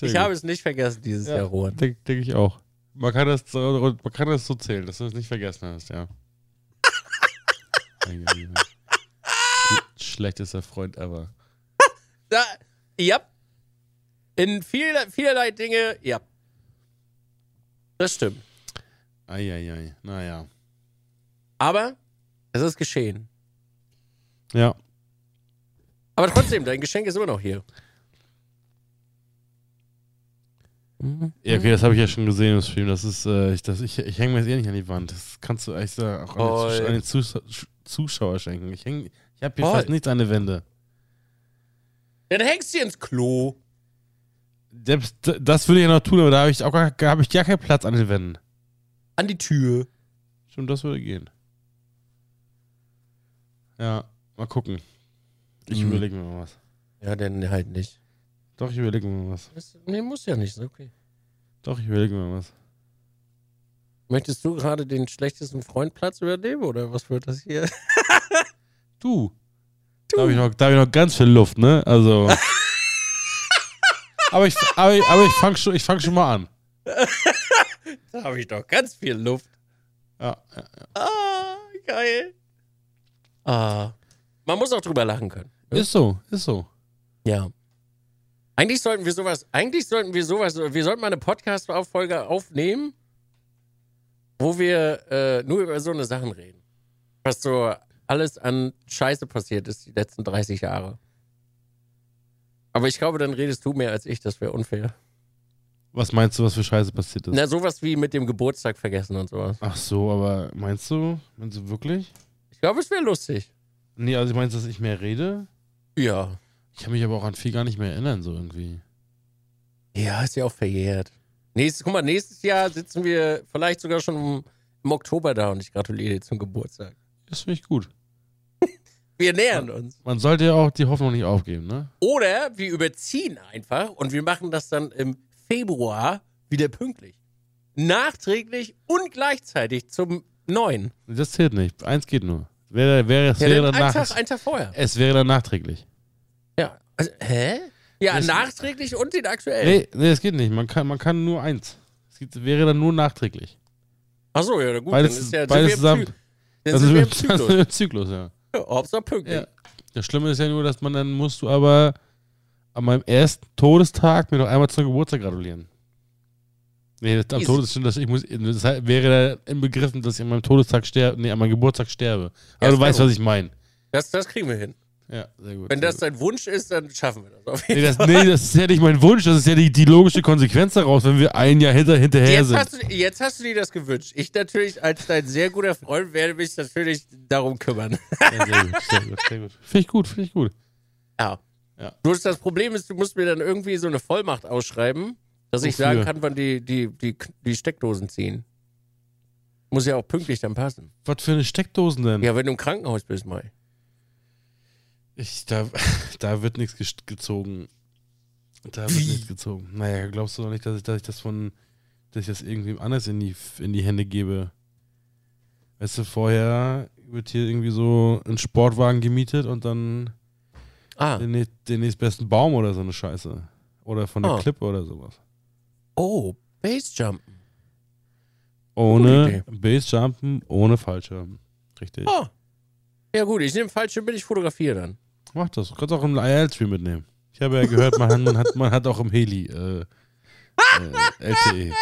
[SPEAKER 3] Ich habe es nicht vergessen dieses Jahr, Robert.
[SPEAKER 4] Denke denk ich auch. Man kann, das so, man kann das so zählen, dass du es nicht vergessen hast, ja. Mein Gott, Junge. Schlechtester Freund ever.
[SPEAKER 3] Da, ja. In viel, vielerlei Dinge, ja. Das stimmt.
[SPEAKER 4] Eieiei, naja.
[SPEAKER 3] Aber es ist geschehen.
[SPEAKER 4] Ja,
[SPEAKER 3] Aber trotzdem, dein Geschenk ist immer noch hier. Mhm.
[SPEAKER 4] ja okay, das habe ich ja schon gesehen im Stream. Das ist, äh, ich, das, ich, ich hänge mir jetzt eh nicht an die Wand. Das kannst du eigentlich da auch an die, Zusch
[SPEAKER 3] Voll.
[SPEAKER 4] an die Zus Sch- Zuschauer schenken. Ich, häng, ich habe hier
[SPEAKER 3] Voll.
[SPEAKER 4] fast nichts an der Wände.
[SPEAKER 3] Dann hängst du ins Klo.
[SPEAKER 4] Selbst d- Das würde ich ja noch tun, aber da habe ich auch gar, gar- hab ich gar keinen Platz an den Wänden.
[SPEAKER 3] An die Tür.
[SPEAKER 4] Stimmt, das würde gehen. Ja, mal gucken. Ich
[SPEAKER 3] Mhm.
[SPEAKER 4] überlege mir mal was.
[SPEAKER 3] Ja, dann halt nicht.
[SPEAKER 4] Doch, ich überlege mir mal was.
[SPEAKER 3] Das, nee, muss ja nicht. ist Okay.
[SPEAKER 4] Doch, ich überlege mir mal was.
[SPEAKER 3] Möchtest du gerade den schlechtesten Freundplatz übernehmen oder was wird das hier?
[SPEAKER 4] Du. Da habe ich, noch- da hab ich noch ganz viel Luft, ne? [LAUGHS] Also. aber ich, aber ich, aber ich fange schon, ich fang schon mal an.
[SPEAKER 3] [LAUGHS] Da habe ich doch ganz viel Luft.
[SPEAKER 4] Ja, ja, ja.
[SPEAKER 3] Ah, geil. Ah. Man muss auch drüber lachen können.
[SPEAKER 4] Ist so, ist so.
[SPEAKER 3] Ja. Eigentlich sollten wir sowas, eigentlich sollten wir sowas, wir sollten mal eine Podcast-Folge aufnehmen, wo wir äh, nur über so eine Sachen reden. Was so alles an Scheiße passiert ist die letzten 30 Jahre. Aber ich glaube, dann redest du mehr als ich, das wäre unfair.
[SPEAKER 4] Was meinst du, was für Scheiße passiert ist?
[SPEAKER 3] Na, sowas wie mit dem Geburtstag vergessen und sowas.
[SPEAKER 4] Ach so, aber meinst du, meinst du wirklich?
[SPEAKER 3] Ich glaube, es wäre lustig.
[SPEAKER 4] Nee, also meinst du, dass ich mehr rede?
[SPEAKER 3] Ja.
[SPEAKER 4] Ich kann mich aber auch an viel gar nicht mehr erinnern, so irgendwie.
[SPEAKER 3] Ja, ist ja auch verjährt. Nächstes, guck mal, nächstes Jahr sitzen wir vielleicht sogar schon im, im Oktober da und ich gratuliere dir zum Geburtstag.
[SPEAKER 4] Das finde ich gut.
[SPEAKER 3] Wir nähern uns.
[SPEAKER 4] Man sollte ja auch die Hoffnung nicht aufgeben, ne?
[SPEAKER 3] Oder wir überziehen einfach und wir machen das dann im Februar wieder pünktlich. Nachträglich und gleichzeitig zum neuen.
[SPEAKER 4] Das zählt nicht. Eins geht nur. Wäre, wäre, es,
[SPEAKER 3] Ja,
[SPEAKER 4] wäre
[SPEAKER 3] dann einen,
[SPEAKER 4] danach,
[SPEAKER 3] Tag, einen Tag vorher.
[SPEAKER 4] es wäre dann nachträglich.
[SPEAKER 3] Ja. Also, hä? Ja,
[SPEAKER 4] Das-
[SPEAKER 3] nachträglich und den aktuellen.
[SPEAKER 4] Nee, nee, es geht nicht. Man kann, man kann nur eins. Es gibt, wäre dann nur nachträglich.
[SPEAKER 3] Achso, ja, gut.
[SPEAKER 4] Beides-
[SPEAKER 3] dann ist ja,
[SPEAKER 4] beides
[SPEAKER 3] sind wir im
[SPEAKER 4] zusammen.
[SPEAKER 3] Zy- Dann
[SPEAKER 4] Das
[SPEAKER 3] sind
[SPEAKER 4] ist, [LAUGHS]
[SPEAKER 3] wir im
[SPEAKER 4] das ist
[SPEAKER 3] Zyklus.
[SPEAKER 4] ein Zyklus, ja.
[SPEAKER 3] Ja, Hauptsache pünktlich.
[SPEAKER 4] ja. Das Schlimme ist ja nur, dass man dann musst du aber an meinem ersten Todestag mir noch einmal zum Geburtstag gratulieren. Nee, das, am
[SPEAKER 3] Easy.
[SPEAKER 4] Todes das, ich muss, das he- wäre da inbegriffen, dass ich an meinem Todestag sterbe, nee, an meinem Geburtstag sterbe. Aber
[SPEAKER 3] Ja,
[SPEAKER 4] du weißt,
[SPEAKER 3] sehr
[SPEAKER 4] was ich meine.
[SPEAKER 3] Das, das kriegen wir hin.
[SPEAKER 4] Ja, sehr gut.
[SPEAKER 3] Wenn
[SPEAKER 4] sehr
[SPEAKER 3] das dein Wunsch ist, dann schaffen wir das. Auf
[SPEAKER 4] Nee,
[SPEAKER 3] jeden
[SPEAKER 4] [LAUGHS] das, nee, das ist ja nicht mein Wunsch, das ist ja die, die logische Konsequenz daraus, wenn wir ein Jahr hinter, hinterher
[SPEAKER 3] Jetzt
[SPEAKER 4] sind.
[SPEAKER 3] hast, du, jetzt hast du dir das gewünscht. Ich natürlich als dein sehr guter Freund werde mich natürlich darum kümmern.
[SPEAKER 4] Ja, sehr gut, sehr gut, sehr gut. Finde ich gut, finde ich gut.
[SPEAKER 3] Ja.
[SPEAKER 4] Ja.
[SPEAKER 3] Bloß das Problem ist, du musst mir dann irgendwie so eine Vollmacht ausschreiben, dass ich
[SPEAKER 4] Wofür?
[SPEAKER 3] sagen kann, wann die, die, die, die Steckdosen ziehen. Muss ja auch pünktlich dann passen.
[SPEAKER 4] Was für eine Steckdosen denn?
[SPEAKER 3] Ja, wenn du im Krankenhaus bist, Mai.
[SPEAKER 4] Ich, da, da wird nichts gest- gezogen. Da wird
[SPEAKER 3] Wie?
[SPEAKER 4] nichts gezogen. Naja, glaubst du doch nicht, dass ich, dass ich das von, dass ich das irgendwie anders in die, in die Hände gebe? Weißt du, vorher wird hier irgendwie so ein Sportwagen gemietet und dann
[SPEAKER 3] Ah,
[SPEAKER 4] den, nä- den nächstbesten Baum oder so eine Scheiße. Oder von der
[SPEAKER 3] Ah.
[SPEAKER 4] Klippe oder sowas.
[SPEAKER 3] oh, Basejumpen.
[SPEAKER 4] Ohne Bassjumpen, ohne Fallschirm. Richtig.
[SPEAKER 3] Ah. Ja gut, ich nehme falsch und bin ich fotografiere dann.
[SPEAKER 4] Mach das. Du kannst auch im IL-Stream mitnehmen. Ich habe ja gehört, man hat, man hat, man hat auch im Heli äh, E. äh, LTE.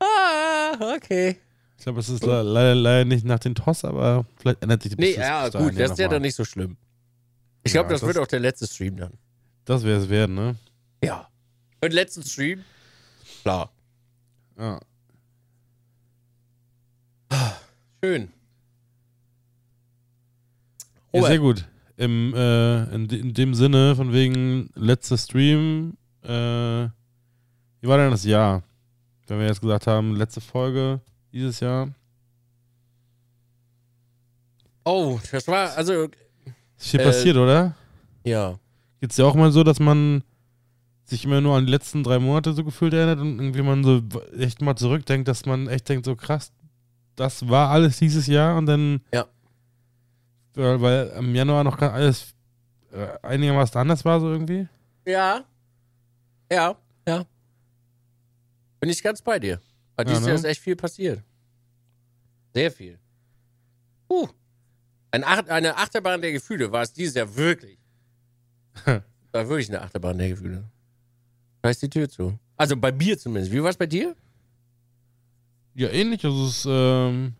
[SPEAKER 3] Ah, okay.
[SPEAKER 4] Ich glaube, es ist le leider, leider nicht nach den TOS, aber vielleicht ändert sich die
[SPEAKER 3] Nee,
[SPEAKER 4] bis-
[SPEAKER 3] ja,
[SPEAKER 4] bis dahin
[SPEAKER 3] gut, das ist ja
[SPEAKER 4] nochmal.
[SPEAKER 3] dann nicht so schlimm. Ich glaube,
[SPEAKER 4] Ja,
[SPEAKER 3] das,
[SPEAKER 4] das-
[SPEAKER 3] wird auch der letzte Stream dann.
[SPEAKER 4] Das wäre es werden, ne?
[SPEAKER 3] Ja. Und letzten Stream? Klar.
[SPEAKER 4] Ja.
[SPEAKER 3] Schön.
[SPEAKER 4] ja
[SPEAKER 3] Robert.
[SPEAKER 4] sehr gut. Im, äh, in, de- in dem Sinne, von wegen letzter Stream, äh, wie war denn das Jahr? Wenn wir jetzt gesagt haben, letzte Folge dieses Jahr.
[SPEAKER 3] Oh, das war, also,
[SPEAKER 4] Ist viel
[SPEAKER 3] Äh,
[SPEAKER 4] passiert, oder?
[SPEAKER 3] ja.
[SPEAKER 4] Geht's ja auch mal so, dass man sich immer nur an die letzten drei Monate so gefühlt erinnert und irgendwie man so w- echt mal zurückdenkt, dass man echt denkt, so krass, das war alles dieses Jahr und dann.
[SPEAKER 3] Ja.
[SPEAKER 4] Weil, weil im Januar noch gar alles äh, einigermaßen anders war, so irgendwie.
[SPEAKER 3] Ja. Ja, ja. Bin ich ganz bei dir. Aber
[SPEAKER 4] Ja,
[SPEAKER 3] dieses
[SPEAKER 4] ne?
[SPEAKER 3] Jahr ist echt viel passiert. Sehr viel. Puh. Ein Ach eine Achterbahn der Gefühle war es dieses Jahr wirklich. war wirklich eine Achterbahn der Gefühle. Reißt die Tür zu. Also bei mir zumindest. Wie war es bei dir?
[SPEAKER 4] Ja, ähnlich. Also es ähm,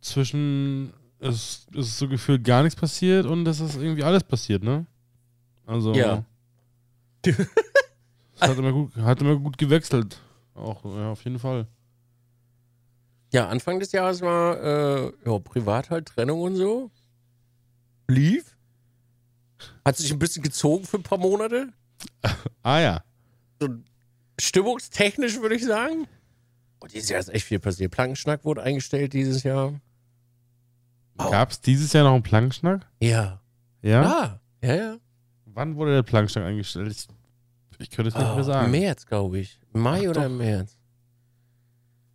[SPEAKER 4] zwischen es es ist so gefühlt gar nichts passiert und es ist irgendwie alles passiert, ne? Also
[SPEAKER 3] Ja.
[SPEAKER 4] [LAUGHS] es hat immer gut, hat immer gut gewechselt. Auch ja, auf jeden Fall.
[SPEAKER 3] Ja, Anfang des Jahres war äh, ja, privat halt Trennung und so. Lief. Hat sich ein bisschen gezogen für ein paar Monate.
[SPEAKER 4] Ah ja.
[SPEAKER 3] Stimmungstechnisch würde ich sagen. Und dieses Jahr ist echt viel passiert. Plankenschnack wurde eingestellt dieses Jahr. Oh.
[SPEAKER 4] Gab es dieses Jahr noch einen Plankenschnack?
[SPEAKER 3] Ja.
[SPEAKER 4] Ja.
[SPEAKER 3] Ah, ja, ja.
[SPEAKER 4] Wann wurde der Plankenschnack eingestellt? Ich, ich könnte es nicht
[SPEAKER 3] Ah,
[SPEAKER 4] mehr sagen.
[SPEAKER 3] Im März, glaube ich. Mai
[SPEAKER 4] Ach,
[SPEAKER 3] oder
[SPEAKER 4] doch.
[SPEAKER 3] im März?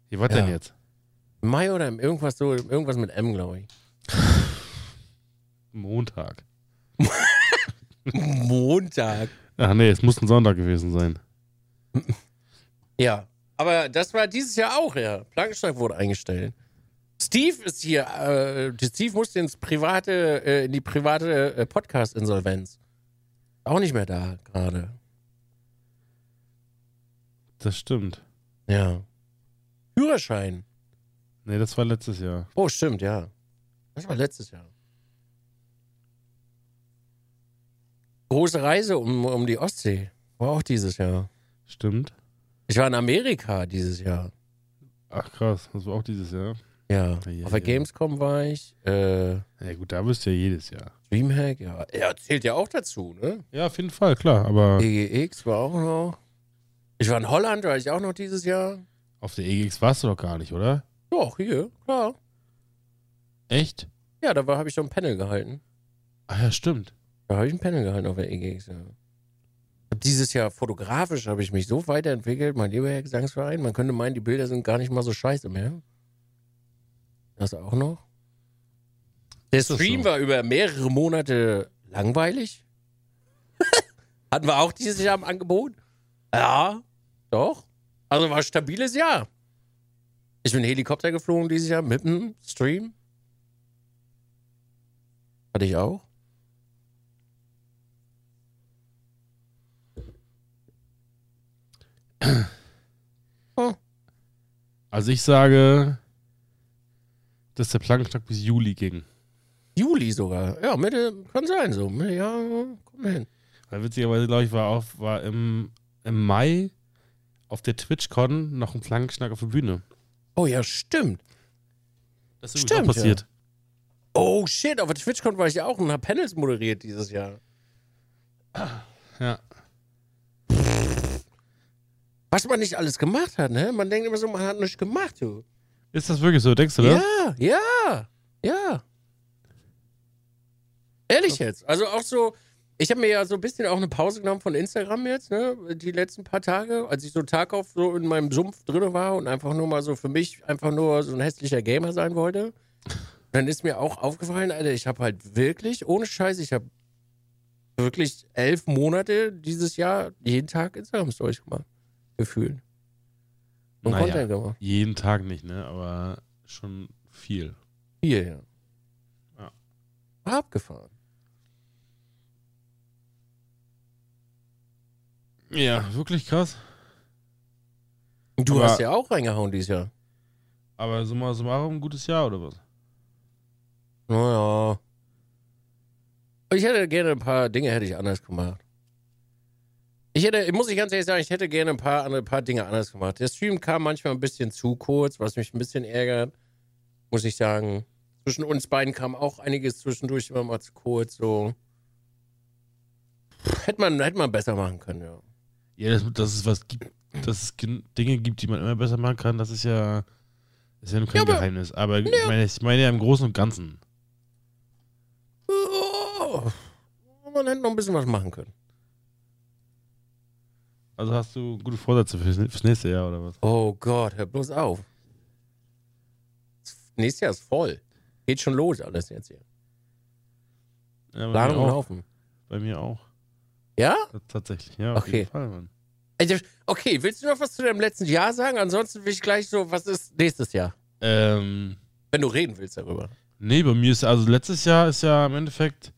[SPEAKER 4] Wie war
[SPEAKER 3] Ja.
[SPEAKER 4] denn jetzt?
[SPEAKER 3] Mai oder im irgendwas so, irgendwas mit M, glaube ich.
[SPEAKER 4] Montag.
[SPEAKER 3] Montag.
[SPEAKER 4] Ah, Ach nee, es muss ein Sonntag gewesen sein.
[SPEAKER 3] Ja. Aber das war dieses Jahr auch, ja. Plankenstein wurde eingestellt. Steve ist hier. Äh, Steve musste ins private, äh, in die private äh, Podcast-Insolvenz. Auch nicht mehr da gerade.
[SPEAKER 4] Das stimmt.
[SPEAKER 3] Ja. Führerschein.
[SPEAKER 4] Nee, das war letztes Jahr.
[SPEAKER 3] Oh, stimmt, ja. Das war letztes Jahr. Große Reise um, um die Ostsee. War auch dieses Jahr.
[SPEAKER 4] Stimmt.
[SPEAKER 3] Ich war in Amerika dieses Jahr.
[SPEAKER 4] Ach krass, das war auch dieses Jahr.
[SPEAKER 3] Ja.
[SPEAKER 4] Ja,
[SPEAKER 3] Auf der
[SPEAKER 4] ja.
[SPEAKER 3] Gamescom war ich. Äh,
[SPEAKER 4] Ja gut, da bist du ja jedes Jahr.
[SPEAKER 3] Dreamhack, ja. Ja, zählt ja auch dazu, ne?
[SPEAKER 4] Ja, auf jeden Fall, klar. Aber
[SPEAKER 3] EGX war auch noch. Ich war in Holland, war ich auch noch dieses Jahr.
[SPEAKER 4] auf der EGX warst du doch gar nicht, oder?
[SPEAKER 3] Doch, hier, klar.
[SPEAKER 4] Echt?
[SPEAKER 3] Ja, da habe ich doch ein Panel gehalten.
[SPEAKER 4] Ah ja, stimmt.
[SPEAKER 3] Da habe ich ein Panel gehalten auf der EGX, ja. Hab Dieses Jahr fotografisch habe ich mich so weiterentwickelt, mein lieber Herr Gesangsverein. Man könnte meinen, die Bilder sind gar nicht mal so scheiße mehr. Das auch noch. Der
[SPEAKER 4] das
[SPEAKER 3] Stream
[SPEAKER 4] so?
[SPEAKER 3] war über mehrere Monate langweilig. [LAUGHS] Hatten wir auch dieses Jahr im Angebot? Ja, doch. Also war ein stabiles Jahr. Ich bin Helikopter geflogen dieses Jahr mit dem Stream. Hatte ich auch.
[SPEAKER 4] Also ich sage, dass der Plankenstock bis Juli ging.
[SPEAKER 3] Juli sogar. Ja, Mitte, kann sein so. Mitte, ja, komm hin.
[SPEAKER 4] Weil witzigerweise, glaube ich, war, auch, war im, im Mai auf der TwitchCon noch ein Plankenschnack auf der Bühne.
[SPEAKER 3] Oh ja, stimmt.
[SPEAKER 4] Das
[SPEAKER 3] ist übrigens auch passiert. Oh shit, auf der TwitchCon war ich ja auch und hab Panels moderiert dieses Jahr.
[SPEAKER 4] Ja.
[SPEAKER 3] Was man nicht alles gemacht hat, ne? Man denkt immer so, man hat nichts gemacht, du.
[SPEAKER 4] Ist das wirklich so, denkst du ne? das?
[SPEAKER 3] Ja, ja, ja. Ehrlich jetzt. Also auch so, ich habe mir ja so ein bisschen auch eine Pause genommen von Instagram jetzt, ne? Die letzten paar Tage, als ich so Tag auf so in meinem Sumpf drin war und einfach nur mal so für mich einfach nur so ein hässlicher Gamer sein wollte. Dann ist mir auch aufgefallen, Alter, ich habe halt wirklich, ohne Scheiß, ich habe wirklich elf Monate dieses Jahr jeden Tag Instagram-Stories gemacht. Gefühlt. Und
[SPEAKER 4] Naja.
[SPEAKER 3] Content gemacht.
[SPEAKER 4] Jeden Tag nicht, ne? Aber schon viel.
[SPEAKER 3] Hierher.
[SPEAKER 4] Ja.
[SPEAKER 3] Abgefahren.
[SPEAKER 4] Ja, wirklich krass.
[SPEAKER 3] Und du
[SPEAKER 4] Aber-
[SPEAKER 3] hast ja auch reingehauen dieses Jahr.
[SPEAKER 4] Aber summa summarum, ein gutes Jahr oder was?
[SPEAKER 3] Naja. Ich hätte gerne ein paar Dinge hätte ich anders gemacht. Ich hätte, muss ich ganz ehrlich sagen, ich hätte gerne ein paar, andere, paar Dinge anders gemacht. Der Stream kam manchmal ein bisschen zu kurz, was mich ein bisschen ärgert, muss ich sagen. Zwischen uns beiden kam auch einiges zwischendurch immer mal zu kurz, so. Hätte man, hätte man besser machen können, ja.
[SPEAKER 4] Ja, dass, dass es was gibt, dass es gen- Dinge gibt, die man immer besser machen kann, das ist ja, ist ja nun kein
[SPEAKER 3] Ja, aber-
[SPEAKER 4] Geheimnis. Aber ich, meine, ich meine ja im Großen und Ganzen.
[SPEAKER 3] Oh, man hätte noch ein bisschen was machen können.
[SPEAKER 4] Also hast du gute Vorsätze fürs, fürs nächste Jahr oder was?
[SPEAKER 3] Oh Gott, hör bloß auf. Nächstes Jahr ist voll. Geht schon los alles jetzt hier.
[SPEAKER 4] Ja, bei, mir
[SPEAKER 3] Planung
[SPEAKER 4] auch,
[SPEAKER 3] laufen.
[SPEAKER 4] bei mir auch.
[SPEAKER 3] Ja?
[SPEAKER 4] T- Tatsächlich, ja. Auf
[SPEAKER 3] Okay.
[SPEAKER 4] jeden Fall, Mann.
[SPEAKER 3] Also, Okay, willst du noch was zu deinem letzten Jahr sagen? Ansonsten will ich gleich so, was ist nächstes Jahr?
[SPEAKER 4] Ähm,
[SPEAKER 3] Wenn du reden willst darüber.
[SPEAKER 4] nee, bei mir ist, also letztes Jahr ist ja im Endeffekt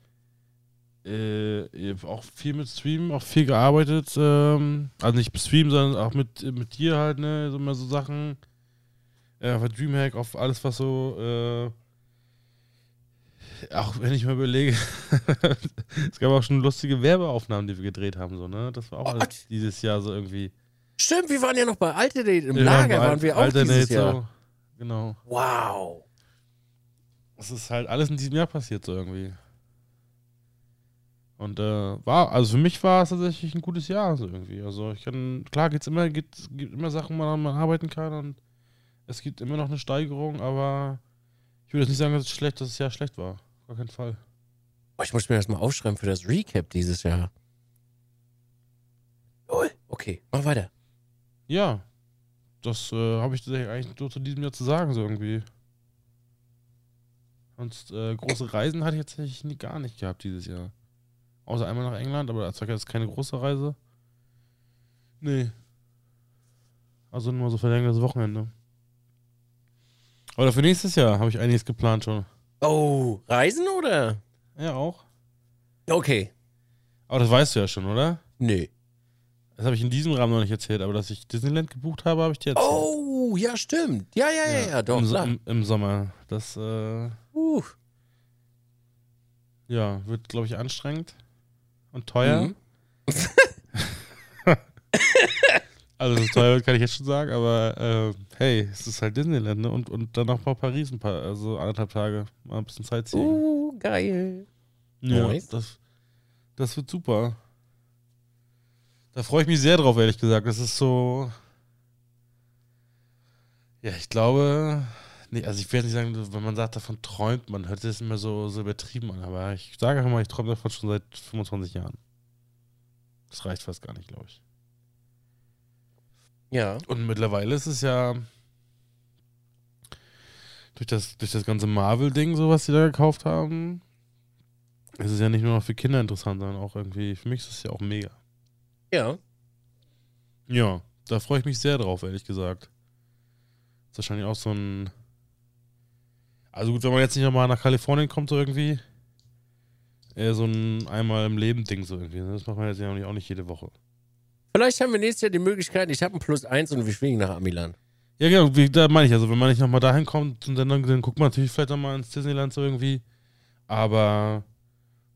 [SPEAKER 4] äh, ich hab auch viel mit Stream, auch viel gearbeitet. Ähm, also nicht mit Stream, sondern auch mit, mit dir halt, ne, so mal so Sachen. äh, auf der Dreamhack, auf alles, was so, äh, auch wenn ich mal überlege, [LAUGHS] es gab auch schon lustige Werbeaufnahmen, die wir gedreht haben, so, ne? Das war auch
[SPEAKER 3] Oh
[SPEAKER 4] alles
[SPEAKER 3] Gott.
[SPEAKER 4] dieses Jahr so irgendwie.
[SPEAKER 3] Stimmt, wir waren ja noch bei Alternate im
[SPEAKER 4] Ja,
[SPEAKER 3] Lager,
[SPEAKER 4] bei
[SPEAKER 3] waren wir auch
[SPEAKER 4] Alternate
[SPEAKER 3] dieses Jahr.
[SPEAKER 4] So, genau.
[SPEAKER 3] Wow.
[SPEAKER 4] Es ist halt alles in diesem Jahr passiert, so irgendwie. Und äh, war, also für mich war es tatsächlich ein gutes Jahr, so irgendwie. Also ich kann, klar geht's immer, gibt, gibt immer Sachen, woran man arbeiten kann und es gibt immer noch eine Steigerung, aber ich würde jetzt nicht sagen, dass es schlecht, dass das Jahr schlecht war. Auf gar keinen Fall.
[SPEAKER 3] Oh, ich muss mir das mal aufschreiben für das Recap dieses Jahr. Oh, okay, mach weiter.
[SPEAKER 4] Ja. Das äh, habe ich tatsächlich eigentlich nur zu diesem Jahr zu sagen, so irgendwie. Und äh, große Reisen hatte ich tatsächlich nie, gar nicht gehabt dieses Jahr. Außer einmal nach England, aber das war jetzt keine große Reise. Nee. Also nur so verlängertes Wochenende. Oder für nächstes Jahr habe ich einiges geplant schon.
[SPEAKER 3] Oh, Reisen oder?
[SPEAKER 4] Ja, auch.
[SPEAKER 3] Okay.
[SPEAKER 4] Aber das weißt du ja schon, oder?
[SPEAKER 3] Nee.
[SPEAKER 4] Das habe ich in diesem Rahmen noch nicht erzählt, aber dass ich Disneyland gebucht habe, habe ich dir erzählt.
[SPEAKER 3] Oh, ja, stimmt. Ja, ja, ja, ja, doch.
[SPEAKER 4] Im, So-
[SPEAKER 3] klar.
[SPEAKER 4] im, Im Sommer. Das äh,
[SPEAKER 3] Uh,
[SPEAKER 4] ja, wird, glaube ich, anstrengend und teuer.
[SPEAKER 3] Mhm.
[SPEAKER 4] [LAUGHS] also, dass es teuer wird, kann ich jetzt schon sagen, aber äh, hey, es ist halt Disneyland, ne? Und, und dann noch mal Paris ein paar, also anderthalb Tage, mal ein bisschen Zeit ziehen.
[SPEAKER 3] uh, geil.
[SPEAKER 4] Ja,
[SPEAKER 3] Nice.
[SPEAKER 4] das, das wird super. Da freue ich mich sehr drauf, ehrlich gesagt. Das ist so. Ja, ich glaube. Nee, also ich werde nicht sagen, wenn man sagt, davon träumt, man hört das immer so, so übertrieben an. Aber ich sage einfach mal, ich träume davon schon seit 25 Jahren. Das reicht fast gar nicht, glaube ich.
[SPEAKER 3] Ja.
[SPEAKER 4] Und mittlerweile ist es ja durch das, durch das ganze Marvel-Ding, so was die da gekauft haben, ist es ja nicht nur noch für Kinder interessant, sondern auch irgendwie, für mich ist es ja auch mega.
[SPEAKER 3] Ja.
[SPEAKER 4] Ja, da freue ich mich sehr drauf, ehrlich gesagt. Ist wahrscheinlich auch so ein. Also gut, wenn man jetzt nicht nochmal nach Kalifornien kommt, so irgendwie. Eher so ein einmal im Leben Ding, so irgendwie. ne? Das macht man jetzt ja auch nicht, auch nicht jede Woche.
[SPEAKER 3] Vielleicht haben wir nächstes Jahr die Möglichkeit, ich habe ein Plus eins und wir fliegen nach Amiland.
[SPEAKER 4] Ja, genau, wie, da meine ich, also wenn man nicht nochmal dahin kommt, und dann, dann, dann guckt man natürlich vielleicht nochmal ins Disneyland so irgendwie. Aber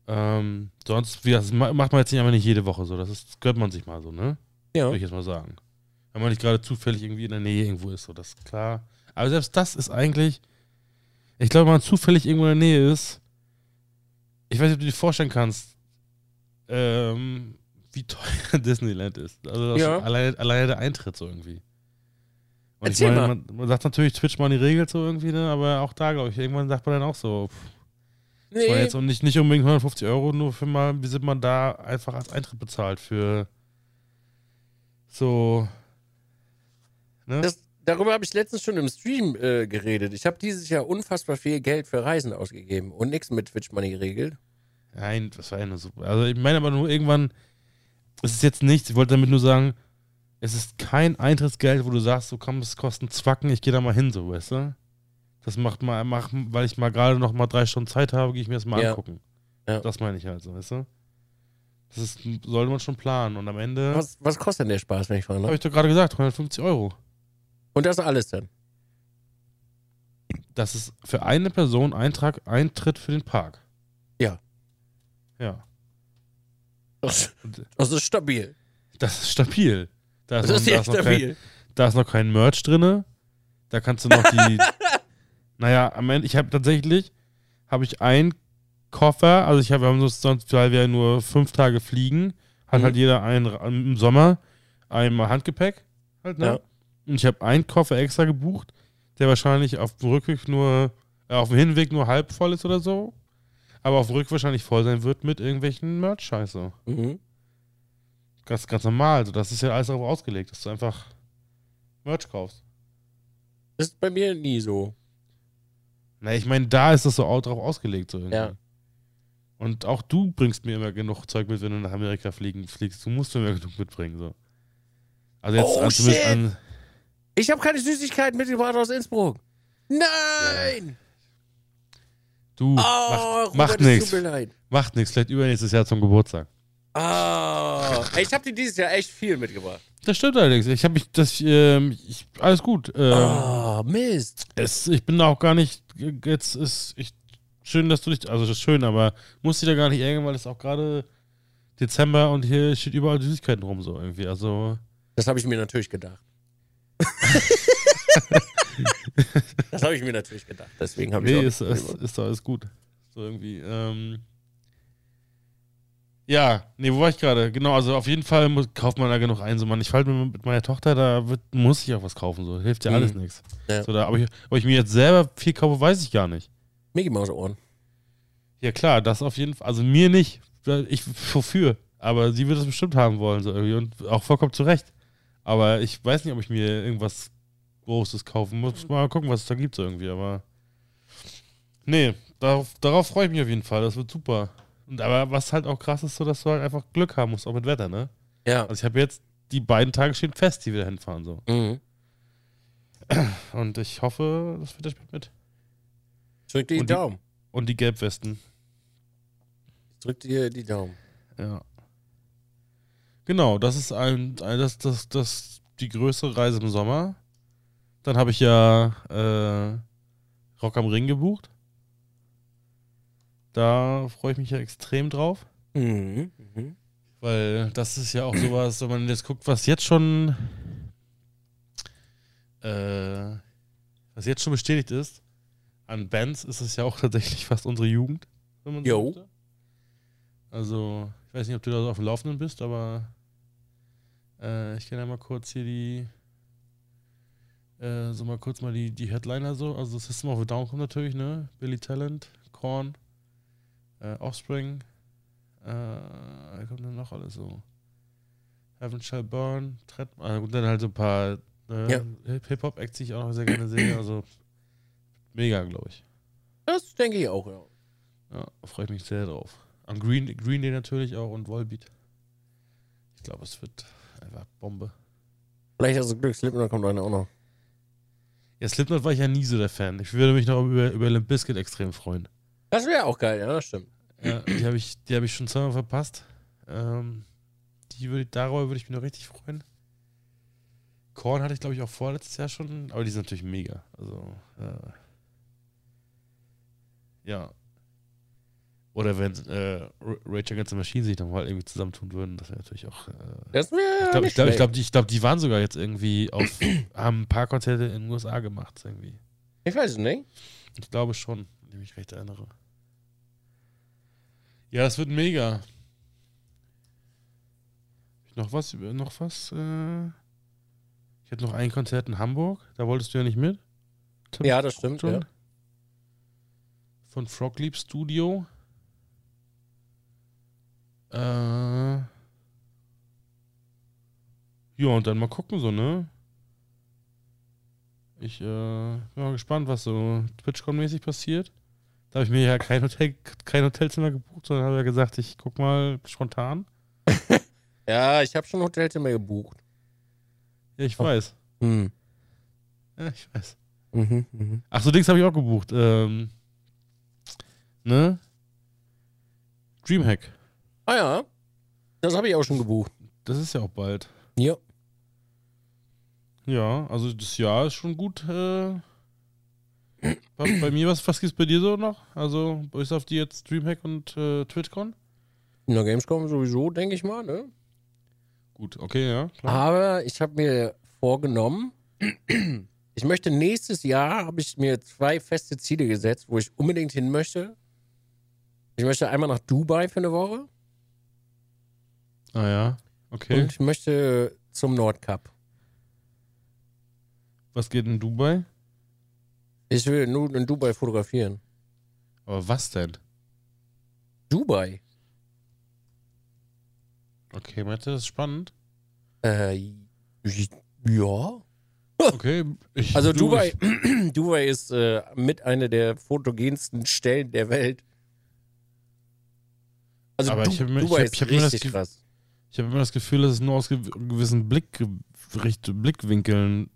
[SPEAKER 4] ähm, sonst, wie das ma- macht man jetzt nicht einfach nicht jede Woche so. Das, ist, das gönnt man sich mal so, ne?
[SPEAKER 3] Ja.
[SPEAKER 4] Würde ich jetzt mal sagen. Wenn man nicht gerade zufällig irgendwie in der Nähe irgendwo ist, so, das ist klar. Aber selbst das ist eigentlich, ich glaube, wenn man zufällig irgendwo in der Nähe ist, ich weiß nicht, ob du dir vorstellen kannst, ähm, wie teuer [LAUGHS] Disneyland ist. Also das
[SPEAKER 3] Ja.
[SPEAKER 4] schon alleine, alleine der Eintritt so irgendwie. Und
[SPEAKER 3] Erzähl
[SPEAKER 4] ich meine,
[SPEAKER 3] mal.
[SPEAKER 4] man, man sagt natürlich, Twitch mal die Regel so irgendwie, ne? aber auch da, glaube ich, irgendwann sagt man dann auch so, pff, das war
[SPEAKER 3] Nee.
[SPEAKER 4] jetzt auch nicht, nicht unbedingt 150 Euro, nur für mal, wie sind man da einfach als Eintritt bezahlt für so. Ne?
[SPEAKER 3] Das, darüber habe ich letztens schon im Stream äh, geredet. Ich habe dieses Jahr unfassbar viel Geld für Reisen ausgegeben und nichts mit Twitch Money geregelt.
[SPEAKER 4] Nein, das war ja nur so. Also ich meine aber nur irgendwann, es ist jetzt nichts, ich wollte damit nur sagen, es ist kein Eintrittsgeld, wo du sagst, so komm, es kostet einen Zwacken, ich gehe da mal hin, so, weißt du? Das macht mal, mach, weil ich mal gerade noch mal drei Stunden Zeit habe, gehe ich mir das mal
[SPEAKER 3] Ja.
[SPEAKER 4] angucken.
[SPEAKER 3] Ja.
[SPEAKER 4] Das meine ich halt so, weißt du? Das ist, sollte man schon planen und am Ende,
[SPEAKER 3] Was, was kostet denn der Spaß, wenn ich fahre?
[SPEAKER 4] habe ich doch gerade gesagt, 150 Euro.
[SPEAKER 3] Und das alles dann.
[SPEAKER 4] Das ist für eine Person Eintrag, Eintritt für den Park.
[SPEAKER 3] Ja.
[SPEAKER 4] Ja.
[SPEAKER 3] Das,
[SPEAKER 4] Und
[SPEAKER 3] das ist stabil.
[SPEAKER 4] das ist stabil. Da
[SPEAKER 3] Das
[SPEAKER 4] noch-
[SPEAKER 3] ist ja
[SPEAKER 4] noch
[SPEAKER 3] stabil.
[SPEAKER 4] Kein, da ist noch kein Merch drin. Da kannst du noch
[SPEAKER 3] [LAUGHS]
[SPEAKER 4] die. naja, am Ende, ich habe tatsächlich, habe ich einen Koffer, also ich habe, wir haben sonst, sonst, weil wir ja nur fünf Tage fliegen, hat
[SPEAKER 3] Mhm.
[SPEAKER 4] halt jeder einen im Sommer einmal Handgepäck. Halt, ne?
[SPEAKER 3] Ja.
[SPEAKER 4] Und ich habe einen Koffer extra gebucht, der wahrscheinlich auf dem Rückweg nur, äh, auf dem Hinweg nur halb voll ist oder so. Aber auf dem Rückweg wahrscheinlich voll sein wird mit irgendwelchen Merch-Scheiße.
[SPEAKER 3] Mhm.
[SPEAKER 4] Ganz, ganz normal. Also das ist ja alles darauf ausgelegt, dass du einfach Merch kaufst.
[SPEAKER 3] Das ist bei mir nie so.
[SPEAKER 4] Na, ich meine, da ist das so auch drauf ausgelegt. So irgendwie.
[SPEAKER 3] Ja.
[SPEAKER 4] Und auch du bringst mir immer genug Zeug mit, wenn du nach Amerika fliegen, fliegst. Du musst mir immer genug mitbringen. So. Also jetzt
[SPEAKER 3] Oh,
[SPEAKER 4] an, zumindest
[SPEAKER 3] shit.
[SPEAKER 4] an,
[SPEAKER 3] Ich habe keine Süßigkeiten mitgebracht aus Innsbruck. Nein!
[SPEAKER 4] du,
[SPEAKER 3] Oh,
[SPEAKER 4] macht, macht
[SPEAKER 3] Robert, es
[SPEAKER 4] nichts.
[SPEAKER 3] tut mir leid.
[SPEAKER 4] Macht nichts. Vielleicht übernächstes Jahr zum Geburtstag.
[SPEAKER 3] Oh, ey, ich habe dir dieses Jahr echt viel mitgebracht.
[SPEAKER 4] Das stimmt allerdings. Ich habe mich, das, ähm, ich, alles gut. Ähm,
[SPEAKER 3] Oh, Mist.
[SPEAKER 4] Es, ich bin da auch gar nicht. Jetzt ist ich, schön, dass du dich. Also, das ist schön, aber musst dich da gar nicht ärgern, weil es auch gerade Dezember und hier steht überall Süßigkeiten rum, so irgendwie. Also,
[SPEAKER 3] Das habe ich mir natürlich [LAUGHS] gedacht. das habe ich mir natürlich gedacht. Deswegen habe ich
[SPEAKER 4] nee,
[SPEAKER 3] auch-
[SPEAKER 4] ist, ist, ist doch alles gut. So irgendwie. Ähm, ja, nee, wo war ich gerade? Genau, also auf jeden Fall muss, kauft man da genug ein. So, man, ich falte mit meiner Tochter, da wird, muss ich auch was kaufen. So, hilft ja
[SPEAKER 3] Mhm.
[SPEAKER 4] alles nichts.
[SPEAKER 3] Ja.
[SPEAKER 4] So, da, ob, ich, ob ich mir jetzt selber viel kaufe, weiß ich gar nicht.
[SPEAKER 3] Mickey Maus Ohren.
[SPEAKER 4] Ja klar, das auf jeden Fall. Also mir nicht. Ich wofür? Aber sie wird es bestimmt haben wollen so irgendwie und auch vollkommen zu Recht. Aber ich weiß nicht, ob ich mir irgendwas Großes kaufen muss. Mal gucken, was es da gibt so irgendwie. Aber nee, darauf, darauf freue ich mich auf jeden Fall. Das wird super. Und aber was halt auch krass ist, so dass du halt einfach Glück haben musst, auch mit Wetter, ne?
[SPEAKER 3] Ja.
[SPEAKER 4] Also ich habe jetzt die beiden Tage stehen fest, die wir da hinfahren so.
[SPEAKER 3] Mhm.
[SPEAKER 4] Und ich hoffe, das Wetter spielt mit.
[SPEAKER 3] Drück dir die
[SPEAKER 4] Und die-
[SPEAKER 3] Daumen.
[SPEAKER 4] Und die Gelbwesten.
[SPEAKER 3] Drück dir die Daumen.
[SPEAKER 4] Ja. Genau, das ist ein, ein das, das, das, die größere Reise im Sommer. Dann habe ich ja äh, Rock am Ring gebucht. Da freue ich mich ja extrem drauf.
[SPEAKER 3] Mhm. Mhm.
[SPEAKER 4] Weil das ist ja auch sowas, wenn man jetzt guckt, was jetzt schon äh, was jetzt schon bestätigt ist, an Bands ist es ja auch [LAUGHS] tatsächlich fast unsere Jugend. Wenn man so
[SPEAKER 3] Jo.
[SPEAKER 4] möchte. Also, ich weiß nicht, ob du da so auf dem Laufenden bist, aber äh, ich kann ja mal kurz hier die äh, so mal kurz mal die, die Headliner so, also System of a Down kommt natürlich, ne? Billy Talent, Korn, äh, Offspring, äh, da kommt dann noch alles so. Heaven Shall Burn, Tread, äh, und dann halt so ein paar äh,
[SPEAKER 3] Ja.
[SPEAKER 4] Hip- Hip-Hop-Acts, die ich auch noch sehr gerne sehe. Also mega, glaube ich.
[SPEAKER 3] Das denke ich auch, ja.
[SPEAKER 4] Ja, freue ich mich sehr drauf. An Green, Green Day natürlich auch und Volbeat. Ich glaube, es wird einfach Bombe.
[SPEAKER 3] Vielleicht hast du Glück, Slipknot kommt einer auch noch.
[SPEAKER 4] Ja, Slipknot war ich ja nie so der Fan. Ich würde mich noch über, über Limp Bizkit extrem freuen.
[SPEAKER 3] Das wäre auch geil, ja, das stimmt.
[SPEAKER 4] Ja, die habe ich, die hab ich schon zweimal verpasst. Ähm, die würde, darüber würde ich mich noch richtig freuen. Korn hatte ich, glaube ich, auch vorletztes Jahr schon, aber die sind natürlich mega. Also, äh, ja. Oder wenn äh, Ra- Rage Against the Machine sich nochmal irgendwie zusammentun würden, das wäre natürlich auch. Äh,
[SPEAKER 3] Das wäre
[SPEAKER 4] ich glaube, ich glaub, ich glaub, die, ich glaub, die waren sogar jetzt irgendwie auf, haben ein paar Konzerte in den USA gemacht, irgendwie.
[SPEAKER 3] Ich weiß es nicht.
[SPEAKER 4] Ich glaube schon, wenn ich mich recht erinnere. Ja, es wird mega. Noch was? über- Noch was? Äh ich hatte noch ein Konzert in Hamburg. Da wolltest du ja nicht mit. Tim
[SPEAKER 3] Ja, das stimmt.
[SPEAKER 4] schon.
[SPEAKER 3] Ja.
[SPEAKER 4] Von Frog Leap Studio. Äh ja, und dann mal gucken so, ne? Ich äh, bin mal gespannt, was so TwitchCon-mäßig passiert. Da habe ich mir ja kein, Hotel, kein Hotelzimmer gebucht, sondern habe ja gesagt, ich guck mal spontan.
[SPEAKER 3] ja, ich habe schon ein Hotelzimmer gebucht.
[SPEAKER 4] Ja, ich
[SPEAKER 3] Oh.
[SPEAKER 4] weiß.
[SPEAKER 3] Mhm.
[SPEAKER 4] Ja, ich weiß.
[SPEAKER 3] Mhm. Mhm.
[SPEAKER 4] Ach so, Dings habe ich auch gebucht. Ähm, ne? Dreamhack.
[SPEAKER 3] Ah ja, das habe ich auch schon gebucht.
[SPEAKER 4] Das ist ja auch bald.
[SPEAKER 3] Ja.
[SPEAKER 4] Ja, also das Jahr ist schon gut. Äh, bei, bei mir, was, was gibt's bei dir so noch? Also, bis auf die jetzt Dreamhack und äh, TwitchCon?
[SPEAKER 3] Na, Gamescom sowieso, denke ich mal, ne?
[SPEAKER 4] Gut, okay, ja. Klar.
[SPEAKER 3] Aber ich habe mir vorgenommen, ich möchte nächstes Jahr, habe ich mir zwei feste Ziele gesetzt, wo ich unbedingt hin möchte. Ich möchte einmal nach Dubai für eine Woche
[SPEAKER 4] Ah ja, okay.
[SPEAKER 3] und ich möchte zum Nordkap.
[SPEAKER 4] Was geht in Dubai?
[SPEAKER 3] Ich will nur in Dubai fotografieren.
[SPEAKER 4] Aber was denn?
[SPEAKER 3] Dubai?
[SPEAKER 4] Okay, meinst du, das ist spannend?
[SPEAKER 3] Äh, ja.
[SPEAKER 4] Okay, ich,
[SPEAKER 3] Also
[SPEAKER 4] du,
[SPEAKER 3] Dubai, [CLEARS THROAT] Dubai ist äh, mit einer der fotogensten Stellen der Welt. Also
[SPEAKER 4] Aber
[SPEAKER 3] Du-
[SPEAKER 4] ich hab mir- ich
[SPEAKER 3] Dubai
[SPEAKER 4] hab-
[SPEAKER 3] ist
[SPEAKER 4] ich hab mir das
[SPEAKER 3] richtig
[SPEAKER 4] ge-
[SPEAKER 3] krass.
[SPEAKER 4] Ich habe immer das Gefühl, dass es nur aus gew- gewissen Blick, Richt, Blickwinkeln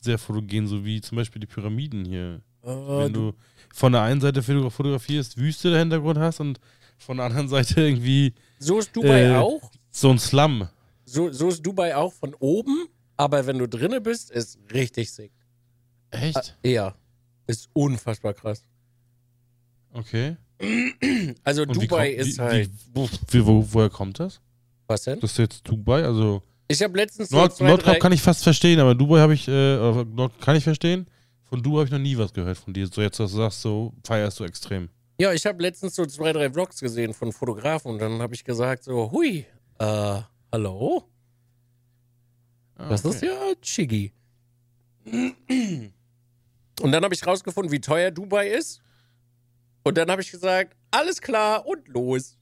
[SPEAKER 4] sehr fotogen, so wie zum Beispiel die Pyramiden hier.
[SPEAKER 3] Äh,
[SPEAKER 4] Wenn du von der einen Seite fotogra- fotografierst, Wüste der Hintergrund hast und von der anderen Seite irgendwie
[SPEAKER 3] so ist Dubai
[SPEAKER 4] äh,
[SPEAKER 3] auch.
[SPEAKER 4] so ein Slum.
[SPEAKER 3] So, so ist Dubai auch von oben, aber wenn du drinne bist, ist richtig sick.
[SPEAKER 4] Echt?
[SPEAKER 3] Ja. Ist unfassbar krass.
[SPEAKER 4] Okay.
[SPEAKER 3] Also
[SPEAKER 4] Und wie
[SPEAKER 3] Dubai
[SPEAKER 4] kommt-
[SPEAKER 3] ist
[SPEAKER 4] wie,
[SPEAKER 3] halt.
[SPEAKER 4] Wie, wo, wie, wo, woher kommt das?
[SPEAKER 3] was denn?
[SPEAKER 4] Das ist jetzt Dubai, also
[SPEAKER 3] Ich habe letztens so
[SPEAKER 4] Nord,
[SPEAKER 3] zwei,
[SPEAKER 4] Nordkap
[SPEAKER 3] drei-
[SPEAKER 4] kann ich fast verstehen, aber Dubai habe ich, äh, oder Nord kann ich verstehen. Von Dubai habe ich noch nie was gehört von dir. So jetzt, dass du sagst, so feierst du extrem.
[SPEAKER 3] Ja, ich habe letztens so zwei, drei Vlogs gesehen von Fotografen und dann habe ich gesagt so, hui, äh, hallo?
[SPEAKER 4] Ah,
[SPEAKER 3] Das ist ja Chiggy. Und dann habe ich rausgefunden, wie teuer Dubai ist. Und dann habe ich gesagt, alles klar und los.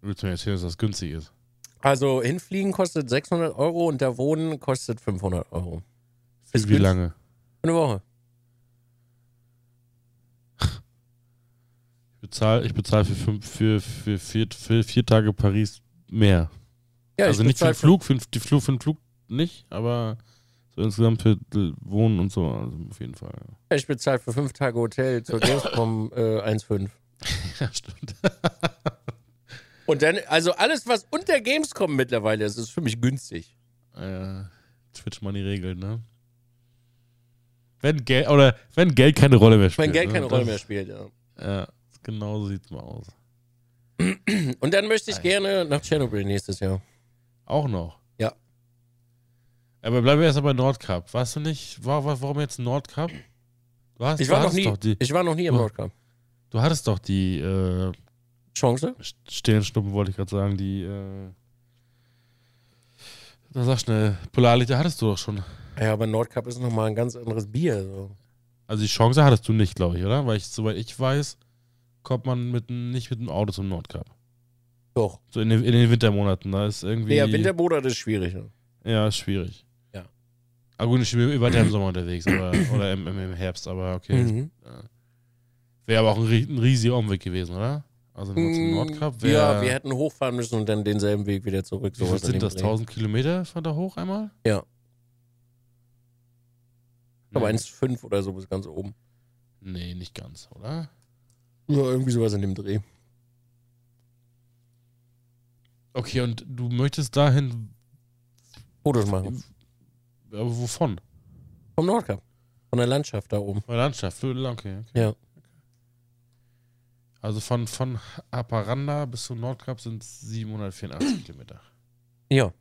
[SPEAKER 4] Willst du mir erzählen, dass das günstig ist?
[SPEAKER 3] Also hinfliegen kostet 600 Euro und da wohnen kostet 500 Euro.
[SPEAKER 4] Für
[SPEAKER 3] Ist
[SPEAKER 4] wie
[SPEAKER 3] günst-
[SPEAKER 4] lange?
[SPEAKER 3] Eine Woche.
[SPEAKER 4] Ich bezahle ich bezahl für, fünf, für, für, vier, für vier Tage Paris mehr.
[SPEAKER 3] Ja,
[SPEAKER 4] also
[SPEAKER 3] ich
[SPEAKER 4] nicht für
[SPEAKER 3] bezahl
[SPEAKER 4] den Flug, für, den- die Flug, für den Flug nicht, aber So insgesamt für äh, Wohnen und so, also auf jeden Fall.
[SPEAKER 3] [LAUGHS] Ich bezahle für fünf Tage Hotel
[SPEAKER 4] [LAUGHS]
[SPEAKER 3] zur Gamescom äh, 1,5.
[SPEAKER 4] Ja, stimmt.
[SPEAKER 3] Und dann, also alles, was unter Gamescom mittlerweile ist, ist für mich günstig.
[SPEAKER 4] Äh, Twitch Money regelt, ne? Wenn Geld, oder wenn Geld keine Rolle mehr spielt.
[SPEAKER 3] Wenn Geld
[SPEAKER 4] ne?
[SPEAKER 3] keine Rolle
[SPEAKER 4] Das-
[SPEAKER 3] mehr spielt, ja.
[SPEAKER 4] Ja, genau so sieht's mal aus.
[SPEAKER 3] Und dann möchte ich gerne nach Tschernobyl nächstes Jahr.
[SPEAKER 4] Auch noch.
[SPEAKER 3] Ja.
[SPEAKER 4] Aber bleiben wir erstmal bei Nordcup. Warst du nicht, wa- wa- warum jetzt Nordcup? Du, hast,
[SPEAKER 3] Ich war
[SPEAKER 4] du
[SPEAKER 3] noch
[SPEAKER 4] hattest
[SPEAKER 3] nie,
[SPEAKER 4] Doch die,
[SPEAKER 3] ich war noch nie im
[SPEAKER 4] Oh.
[SPEAKER 3] Nordcup.
[SPEAKER 4] du hattest doch die äh,
[SPEAKER 3] Chance?
[SPEAKER 4] St- Sternschnuppen, wollte ich gerade sagen, die äh, na sag schnell, Polarlichter hattest du doch schon.
[SPEAKER 3] Ja, aber Nordcup ist nochmal ein ganz anderes Bier. So.
[SPEAKER 4] Also die Chance hattest du nicht, glaube ich, oder? Weil ich, soweit ich weiß, kommt man mit, n- nicht mit dem Auto zum Nordcup.
[SPEAKER 3] Doch.
[SPEAKER 4] So in den, in den Wintermonaten, da ist irgendwie...
[SPEAKER 3] Der Winterboder das ist schwierig. Ne?
[SPEAKER 4] Ja, ist schwierig.
[SPEAKER 3] Ja.
[SPEAKER 4] Aber gut, ich bin weiter im Sommer unterwegs aber, oder im, im, im Herbst, aber okay.
[SPEAKER 3] Mhm.
[SPEAKER 4] Wäre aber auch ein, ri- ein riesiger Umweg gewesen, oder? Also wenn man zum Nordkap wäre.
[SPEAKER 3] Mhm. ja, wir hätten hochfahren müssen und dann denselben Weg wieder zurück.
[SPEAKER 4] wie viel
[SPEAKER 3] sowas in
[SPEAKER 4] sind
[SPEAKER 3] dem
[SPEAKER 4] das?
[SPEAKER 3] Dreh.
[SPEAKER 4] 1000 Kilometer von da hoch einmal?
[SPEAKER 3] Ja.
[SPEAKER 4] Nee,
[SPEAKER 3] Aber 1,5 oder so bis ganz oben.
[SPEAKER 4] nee, nicht ganz, oder?
[SPEAKER 3] Ja, irgendwie sowas in dem Dreh.
[SPEAKER 4] Okay, und du möchtest dahin.
[SPEAKER 3] Fotos Oh, machen.
[SPEAKER 4] Aber wovon?
[SPEAKER 3] Vom Nordcup. Von der Landschaft da oben.
[SPEAKER 4] Von der Landschaft? Okay, okay.
[SPEAKER 3] Ja.
[SPEAKER 4] Also von, von Aparanda bis zum Nordkap sind es 784 Kilometer.
[SPEAKER 3] Ja.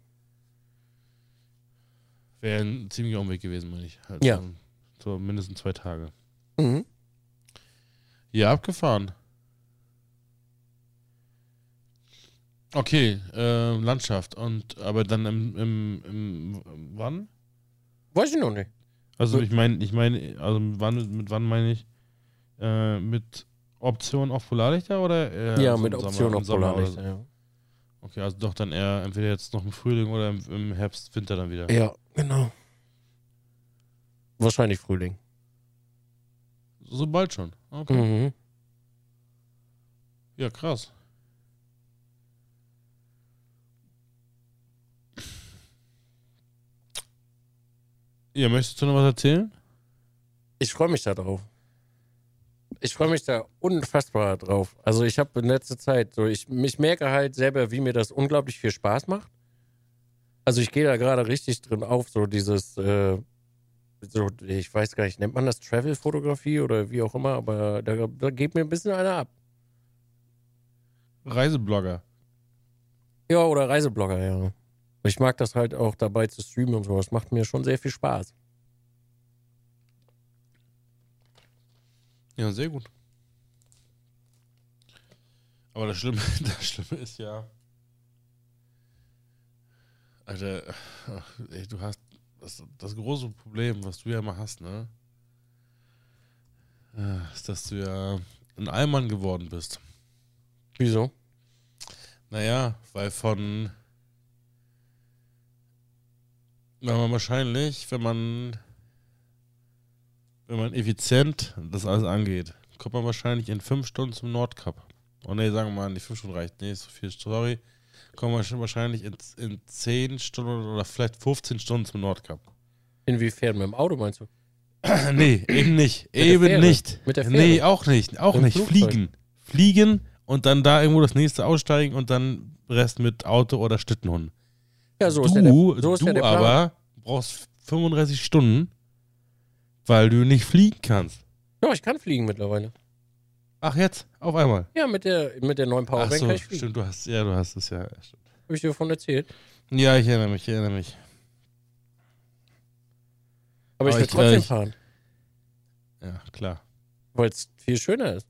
[SPEAKER 4] Wäre ein ziemlicher Umweg gewesen, meine ich. Halt
[SPEAKER 3] Ja.
[SPEAKER 4] So, so mindestens zwei Tage.
[SPEAKER 3] Mhm.
[SPEAKER 4] Ja, abgefahren. Okay, äh, Landschaft. Und aber dann im, im, im wann?
[SPEAKER 3] Weiß ich noch nicht.
[SPEAKER 4] Also ich meine, ich meine, also wann mit wann meine ich? Äh, mit Option auf Polarlichter oder? eher
[SPEAKER 3] ja,
[SPEAKER 4] so
[SPEAKER 3] mit
[SPEAKER 4] im Sommer-
[SPEAKER 3] Option
[SPEAKER 4] im
[SPEAKER 3] auf
[SPEAKER 4] Sommer oder
[SPEAKER 3] Polarlichter.
[SPEAKER 4] so?
[SPEAKER 3] Ja.
[SPEAKER 4] Okay, also doch dann eher entweder jetzt noch im Frühling oder im, im Herbst, Winter dann wieder.
[SPEAKER 3] ja, genau. Wahrscheinlich Frühling.
[SPEAKER 4] So bald schon. Okay.
[SPEAKER 3] Mhm.
[SPEAKER 4] Ja, krass. Ja, möchtest du noch was erzählen?
[SPEAKER 3] Ich freue mich da drauf. Ich freue mich da unfassbar drauf. Also ich habe in letzter Zeit so, ich, ich merke halt selber, wie mir das unglaublich viel Spaß macht. Also ich gehe da gerade richtig drin auf, so dieses, äh, so, ich weiß gar nicht, nennt man das Travel-Fotografie oder wie auch immer, aber da, da geht mir ein bisschen einer ab.
[SPEAKER 4] Reiseblogger.
[SPEAKER 3] Ja, oder Reiseblogger, ja. Ich mag das halt auch dabei zu streamen und sowas. Macht mir schon sehr viel Spaß.
[SPEAKER 4] Ja, sehr gut. Aber das Schlimme, [LAUGHS] das Schlimme ist ja. Alter, ach, ey, du hast das, das große Problem, was du ja immer hast, ne? Äh, Ist, dass du ja ein Allmann geworden bist.
[SPEAKER 3] Wieso?
[SPEAKER 4] Naja, weil von. Weil man wahrscheinlich, wenn man. Wenn man effizient das alles angeht, kommt man wahrscheinlich in fünf Stunden zum Nordcup. Oh ne, sagen wir mal, nicht fünf Stunden reicht. Nee, ist so viel, sorry. Kommt man schon wahrscheinlich in, in zehn Stunden oder vielleicht 15 Stunden
[SPEAKER 3] [CLEARS THROAT]
[SPEAKER 4] zum Nordcup.
[SPEAKER 3] Inwiefern mit dem Auto meinst du?
[SPEAKER 4] nee, eben nicht.
[SPEAKER 3] der
[SPEAKER 4] Eben
[SPEAKER 3] Fähre.
[SPEAKER 4] nicht.
[SPEAKER 3] Mit der
[SPEAKER 4] Nee,
[SPEAKER 3] Fähre.
[SPEAKER 4] auch nicht. Auch
[SPEAKER 3] Im
[SPEAKER 4] nicht.
[SPEAKER 3] Flugzeug.
[SPEAKER 4] Fliegen. Fliegen und dann da irgendwo das nächste aussteigen und dann Rest mit Auto oder Schlittenhund.
[SPEAKER 3] Ja, so
[SPEAKER 4] du,
[SPEAKER 3] ist ja der, so ist
[SPEAKER 4] du
[SPEAKER 3] ja der Plan.
[SPEAKER 4] aber brauchst 35 Stunden, weil du nicht fliegen kannst.
[SPEAKER 3] Ja, ich kann fliegen mittlerweile.
[SPEAKER 4] Ach, jetzt? Auf einmal.
[SPEAKER 3] Ja, mit der, mit der neuen
[SPEAKER 4] Ach
[SPEAKER 3] Powerbank
[SPEAKER 4] so,
[SPEAKER 3] kann ich fliegen.
[SPEAKER 4] stimmt, du hast, ja, du hast es ja. stimmt.
[SPEAKER 3] Habe ich dir davon erzählt.
[SPEAKER 4] Ja, ich erinnere mich, ich erinnere mich.
[SPEAKER 3] Aber ich
[SPEAKER 4] Aber
[SPEAKER 3] will
[SPEAKER 4] ich-
[SPEAKER 3] trotzdem
[SPEAKER 4] ich-
[SPEAKER 3] fahren,
[SPEAKER 4] Ja, klar.
[SPEAKER 3] weil es viel schöner ist.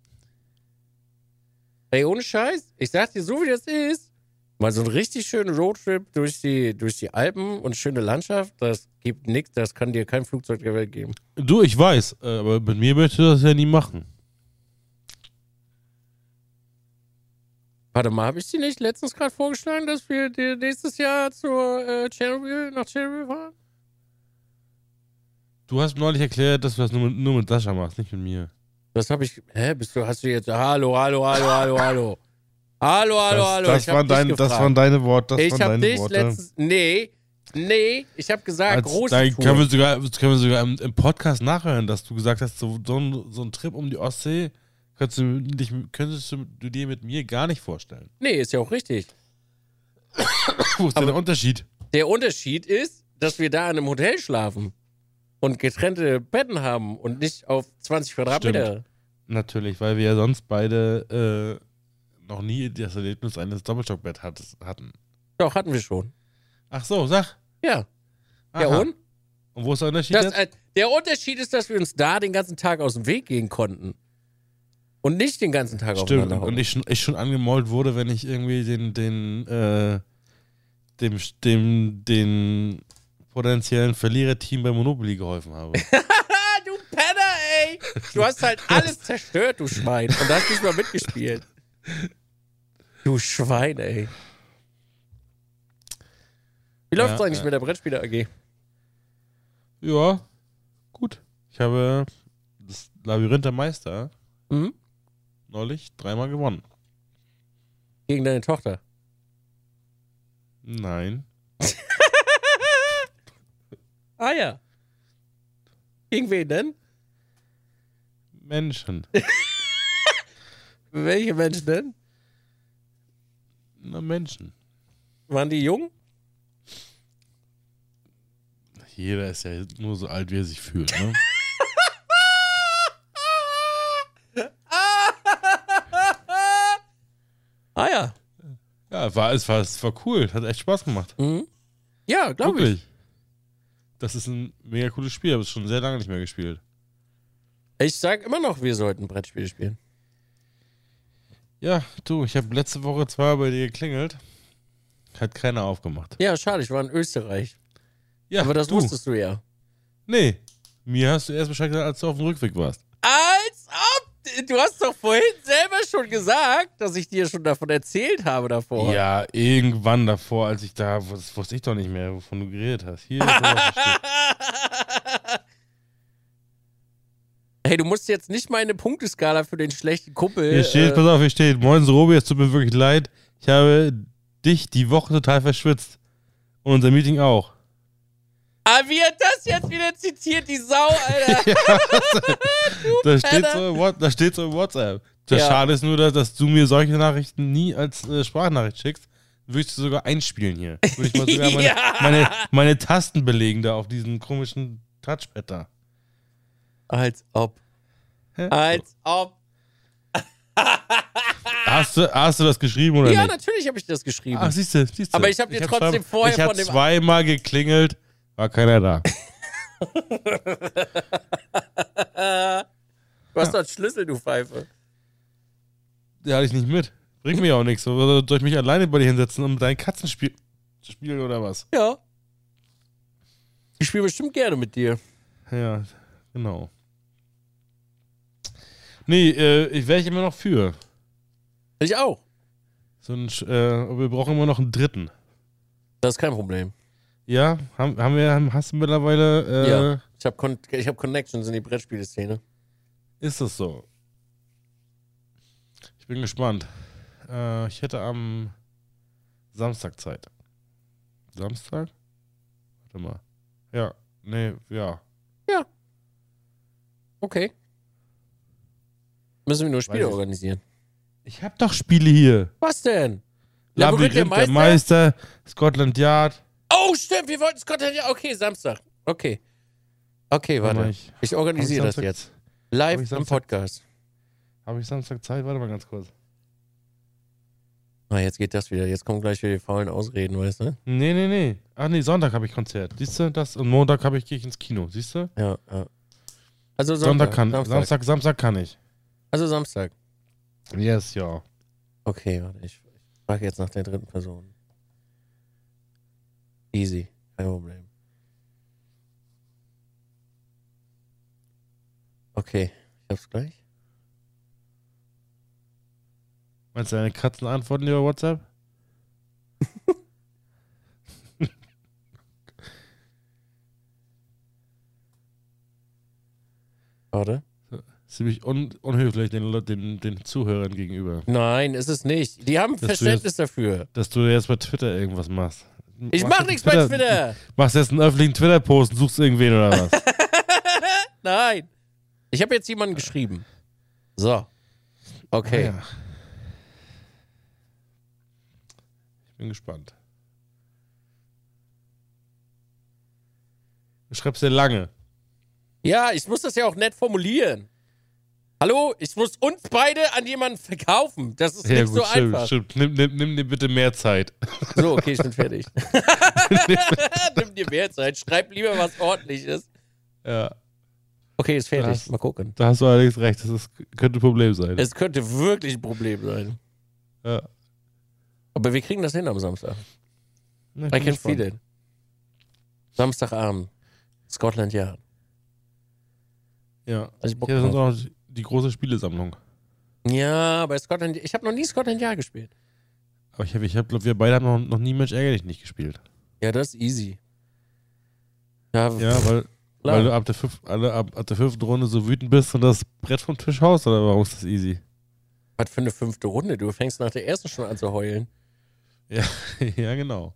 [SPEAKER 3] Ey, ohne Scheiß. Ich sag dir, so wie das ist, mal so einen richtig schönen Roadtrip durch die, durch die Alpen und schöne Landschaft, das gibt nichts, das kann dir kein Flugzeug der Welt geben.
[SPEAKER 4] Du, ich weiß, äh, aber mit mir möchtest du das ja nie machen.
[SPEAKER 3] Warte mal, habe ich dir nicht letztens gerade vorgeschlagen, dass wir dir nächstes Jahr zur äh, Chernobyl, nach Chernobyl fahren?
[SPEAKER 4] Du hast neulich erklärt, dass du das nur mit, nur mit Sascha machst, nicht mit mir.
[SPEAKER 3] Das habe ich. Hä, bist du, hast du jetzt. Hallo, hallo, hallo, hallo, hallo. Hallo, hallo, hallo.
[SPEAKER 4] das,
[SPEAKER 3] ich hab
[SPEAKER 4] waren
[SPEAKER 3] dich
[SPEAKER 4] dein, das
[SPEAKER 3] gefragt.
[SPEAKER 4] waren deine Worte. Das
[SPEAKER 3] ich
[SPEAKER 4] waren
[SPEAKER 3] habe
[SPEAKER 4] deine
[SPEAKER 3] dich
[SPEAKER 4] Worte.
[SPEAKER 3] letztens. Nee, Nee, ich habe gesagt,
[SPEAKER 4] Als,
[SPEAKER 3] große
[SPEAKER 4] da
[SPEAKER 3] Tour.
[SPEAKER 4] können wir sogar, können wir sogar im, im Podcast nachhören, dass du gesagt hast, so, so, ein, so ein Trip um die Ostsee könntest du, dich, könntest du du dir mit mir gar nicht vorstellen.
[SPEAKER 3] nee, ist ja auch richtig.
[SPEAKER 4] Wo ist denn der Unterschied?
[SPEAKER 3] Der Unterschied ist, dass wir da in einem Hotel schlafen und getrennte Betten haben und nicht auf 20 Quadratmeter.
[SPEAKER 4] Natürlich, weil wir ja sonst beide äh, noch nie das Erlebnis eines Doppelstockbett hattest- hatten.
[SPEAKER 3] Doch, hatten wir schon.
[SPEAKER 4] Ach so, sag.
[SPEAKER 3] Ja. Ja,
[SPEAKER 4] Aha.
[SPEAKER 3] und?
[SPEAKER 4] Und wo ist der Unterschied
[SPEAKER 3] Das,
[SPEAKER 4] jetzt?
[SPEAKER 3] äh, der Unterschied ist, dass wir uns da den ganzen Tag aus dem Weg gehen konnten. Und nicht den ganzen Tag
[SPEAKER 4] Stimmt,
[SPEAKER 3] aufeinander
[SPEAKER 4] und
[SPEAKER 3] hauen.
[SPEAKER 4] ich schon, ich schon angemault wurde, wenn ich irgendwie den, den, äh, dem, dem, den potenziellen Verliererteam bei Monopoly geholfen habe.
[SPEAKER 3] Ah, [LAUGHS] du Penner, ey! Du hast halt alles zerstört, du Schwein. Und hast nicht mal mitgespielt. Du Schwein, ey. Wie läuft's
[SPEAKER 4] Ja,
[SPEAKER 3] eigentlich
[SPEAKER 4] ja.
[SPEAKER 3] mit der Brettspieler AG?
[SPEAKER 4] ja, gut. Ich habe das Labyrinth der Meister
[SPEAKER 3] Mhm.
[SPEAKER 4] neulich dreimal gewonnen.
[SPEAKER 3] Gegen deine Tochter.
[SPEAKER 4] Nein.
[SPEAKER 3] Ah ja. Gegen wen denn?
[SPEAKER 4] Menschen.
[SPEAKER 3] Welche Menschen denn?
[SPEAKER 4] Na, Menschen.
[SPEAKER 3] Waren die jung?
[SPEAKER 4] Jeder ist ja nur so alt, wie er sich fühlt,
[SPEAKER 3] [LAUGHS]
[SPEAKER 4] ne?
[SPEAKER 3] Ah ja.
[SPEAKER 4] Ja, war, es war, es war cool. Hat echt Spaß gemacht.
[SPEAKER 3] Mhm. Ja, glaube ich.
[SPEAKER 4] Wirklich. Das ist ein mega cooles Spiel. Ich habe es schon sehr lange nicht mehr gespielt.
[SPEAKER 3] Ich sag immer noch, wir sollten Brettspiele spielen.
[SPEAKER 4] Ja, du, ich habe letzte Woche zweimal bei dir geklingelt. Hat keiner aufgemacht.
[SPEAKER 3] Ja, schade, ich war in Österreich.
[SPEAKER 4] Ja,
[SPEAKER 3] Aber das
[SPEAKER 4] du.
[SPEAKER 3] wusstest du ja.
[SPEAKER 4] Nee. Mir hast du erst Bescheid gesagt, als du auf dem Rückweg warst.
[SPEAKER 3] Als ob! Du hast doch vorhin selber schon gesagt, dass ich dir schon davon erzählt habe davor.
[SPEAKER 4] Ja, irgendwann davor, als ich da, das wusste ich doch nicht mehr, wovon du geredet hast. Hier, ist sowas gespielt.
[SPEAKER 3] [LAUGHS] Hey, du musst jetzt nicht meine Punkteskala für den schlechten Kumpel. [LAUGHS] äh,
[SPEAKER 4] hier steht, pass auf, hier steht, moin Robi, es tut mir wirklich leid. Ich habe dich die Woche total verschwitzt. Und unser Meeting auch. [LAUGHS]
[SPEAKER 3] Ah, wie hat das jetzt wieder zitiert, die Sau, Alter? [LAUGHS]
[SPEAKER 4] Da steht
[SPEAKER 3] Penner.
[SPEAKER 4] so, im What- da steht so im WhatsApp. Das
[SPEAKER 3] Ja.
[SPEAKER 4] Schade ist nur, dass, dass du mir solche Nachrichten nie als äh, Sprachnachricht schickst. Würdest du sogar einspielen hier. Würde [LAUGHS] ich
[SPEAKER 3] [LAUGHS]
[SPEAKER 4] mal sogar meine,
[SPEAKER 3] Ja.
[SPEAKER 4] meine, meine Tasten belegen da auf diesem komischen Touchpad da.
[SPEAKER 3] Als ob.
[SPEAKER 4] Hä?
[SPEAKER 3] Als ob.
[SPEAKER 4] Hast du, hast du das geschrieben oder
[SPEAKER 3] Ja,
[SPEAKER 4] nicht?
[SPEAKER 3] natürlich habe ich das geschrieben.
[SPEAKER 4] Ach, siehst du, siehst du.
[SPEAKER 3] Aber ich hab dir trotzdem
[SPEAKER 4] zweimal-
[SPEAKER 3] vorher
[SPEAKER 4] ich hab
[SPEAKER 3] von dem-
[SPEAKER 4] zweimal geklingelt, war keiner da.
[SPEAKER 3] du hast doch einen Schlüssel, du Pfeife.
[SPEAKER 4] Der hatte ich nicht mit. Bringt mir ja auch nichts. Oder Soll ich mich alleine bei dir hinsetzen und mit deinen Katzen spiel zu spielen oder was?
[SPEAKER 3] Ja. Ich spiele bestimmt gerne mit dir.
[SPEAKER 4] Ja, genau. Nee, äh, ich wäre ich immer noch für.
[SPEAKER 3] Ich auch.
[SPEAKER 4] So ein, Sch- äh, wir brauchen immer noch einen dritten.
[SPEAKER 3] Das ist kein Problem.
[SPEAKER 4] Ja, haben, haben wir, haben, hast du mittlerweile, äh,
[SPEAKER 3] Ja. Ich habe Con ich hab Connections in die Brettspielszene.
[SPEAKER 4] ist das so? Ich bin gespannt. Äh, ich hätte am Samstag Zeit. Samstag? Warte mal. Ja, nee, ja.
[SPEAKER 3] Okay. Müssen wir nur Spiele
[SPEAKER 4] Weiß ich.
[SPEAKER 3] organisieren.
[SPEAKER 4] Ich hab doch Spiele hier.
[SPEAKER 3] Was denn?
[SPEAKER 4] Labyrinth der Meister, Scotland Yard.
[SPEAKER 3] Oh, stimmt, wir wollten Scotland Yard. Okay, Samstag. Okay. Okay,
[SPEAKER 4] mal,
[SPEAKER 3] warte.
[SPEAKER 4] ich-
[SPEAKER 3] Ich, organisiere
[SPEAKER 4] Hab
[SPEAKER 3] das
[SPEAKER 4] ich
[SPEAKER 3] jetzt.
[SPEAKER 4] Samstag- Hab ich
[SPEAKER 3] Live im
[SPEAKER 4] Samstag-
[SPEAKER 3] Podcast.
[SPEAKER 4] Hab ich Samstag Zeit? Warte mal ganz kurz.
[SPEAKER 3] Ah, jetzt geht das wieder. Jetzt kommen gleich wieder die faulen Ausreden, weißt du?
[SPEAKER 4] Nee, nee, nee. Ach nee, Sonntag habe ich Konzert. Siehst du das? Und Montag habe ich, gehe ich ins Kino. Siehst du?
[SPEAKER 3] Ja, ja. Also Sonntag.
[SPEAKER 4] Sonntag kann.
[SPEAKER 3] Samstag.
[SPEAKER 4] Samstag, Samstag kann ich.
[SPEAKER 3] Also Samstag.
[SPEAKER 4] Yes, ja.
[SPEAKER 3] Okay, warte, ich, ich frage jetzt nach der dritten Person. Easy, kein Problem. Okay, ich hab's gleich.
[SPEAKER 4] Meinst du, deine Katzen antworten über WhatsApp?
[SPEAKER 3] Warte.
[SPEAKER 4] Ziemlich un unhöflich den, Leut- den, den Zuhörern gegenüber.
[SPEAKER 3] Nein, ist es nicht. Die haben
[SPEAKER 4] du
[SPEAKER 3] Verständnis dafür.
[SPEAKER 4] Dass du jetzt bei Twitter irgendwas machst.
[SPEAKER 3] Ich
[SPEAKER 4] machst
[SPEAKER 3] mach
[SPEAKER 4] jetzt
[SPEAKER 3] nichts
[SPEAKER 4] einen
[SPEAKER 3] bei
[SPEAKER 4] Twitter-
[SPEAKER 3] Twitter.
[SPEAKER 4] Machst jetzt einen öffentlichen Twitter-Post und suchst irgendwen oder was?
[SPEAKER 3] [LAUGHS] Nein. Ich habe jetzt jemanden geschrieben. So. Okay.
[SPEAKER 4] Ah, Ja. Ich bin gespannt. Du schreibst ja lange.
[SPEAKER 3] Ja, ich muss das ja auch nett formulieren. Hallo, ich muss uns beide an jemanden verkaufen. Das ist nicht so
[SPEAKER 4] stimmt,
[SPEAKER 3] einfach.
[SPEAKER 4] stimmt. Nimm, nimm, nimm dir bitte mehr Zeit.
[SPEAKER 3] So, okay, ich bin fertig. [LAUGHS] Nimm dir mehr Zeit. Schreib lieber was ordentliches.
[SPEAKER 4] Ja,
[SPEAKER 3] Okay, ist fertig.
[SPEAKER 4] Das-
[SPEAKER 3] Mal gucken.
[SPEAKER 4] da hast du allerdings recht. Das ist, könnte ein Problem sein.
[SPEAKER 3] Es könnte wirklich ein Problem sein.
[SPEAKER 4] ja.
[SPEAKER 3] Aber wir kriegen das hin am Samstag.
[SPEAKER 4] Na, ich
[SPEAKER 3] I
[SPEAKER 4] bin
[SPEAKER 3] can
[SPEAKER 4] gespannt.
[SPEAKER 3] feel it. Samstagabend. Scotland Yard.
[SPEAKER 4] Ja.
[SPEAKER 3] Also ich Bock
[SPEAKER 4] Ich hätte sonst
[SPEAKER 3] drauf.
[SPEAKER 4] auch noch die große Spielesammlung.
[SPEAKER 3] Ja, bei Scotland Ich habe noch nie Scotland Yard gespielt.
[SPEAKER 4] Aber ich, hab- ich glaube, wir beide haben noch, noch nie Mensch ärgerlich nicht gespielt.
[SPEAKER 3] Ja, das ist easy. Ja,
[SPEAKER 4] Ja, weil,
[SPEAKER 3] Klar.
[SPEAKER 4] weil du ab der, fünf, alle, ab, ab der fünften Runde so wütend bist und das Brett vom Tisch haust, oder warum ist
[SPEAKER 3] [LAUGHS]
[SPEAKER 4] das easy?
[SPEAKER 3] was für eine fünfte Runde. Du fängst nach der ersten schon an zu heulen.
[SPEAKER 4] Ja, ja genau.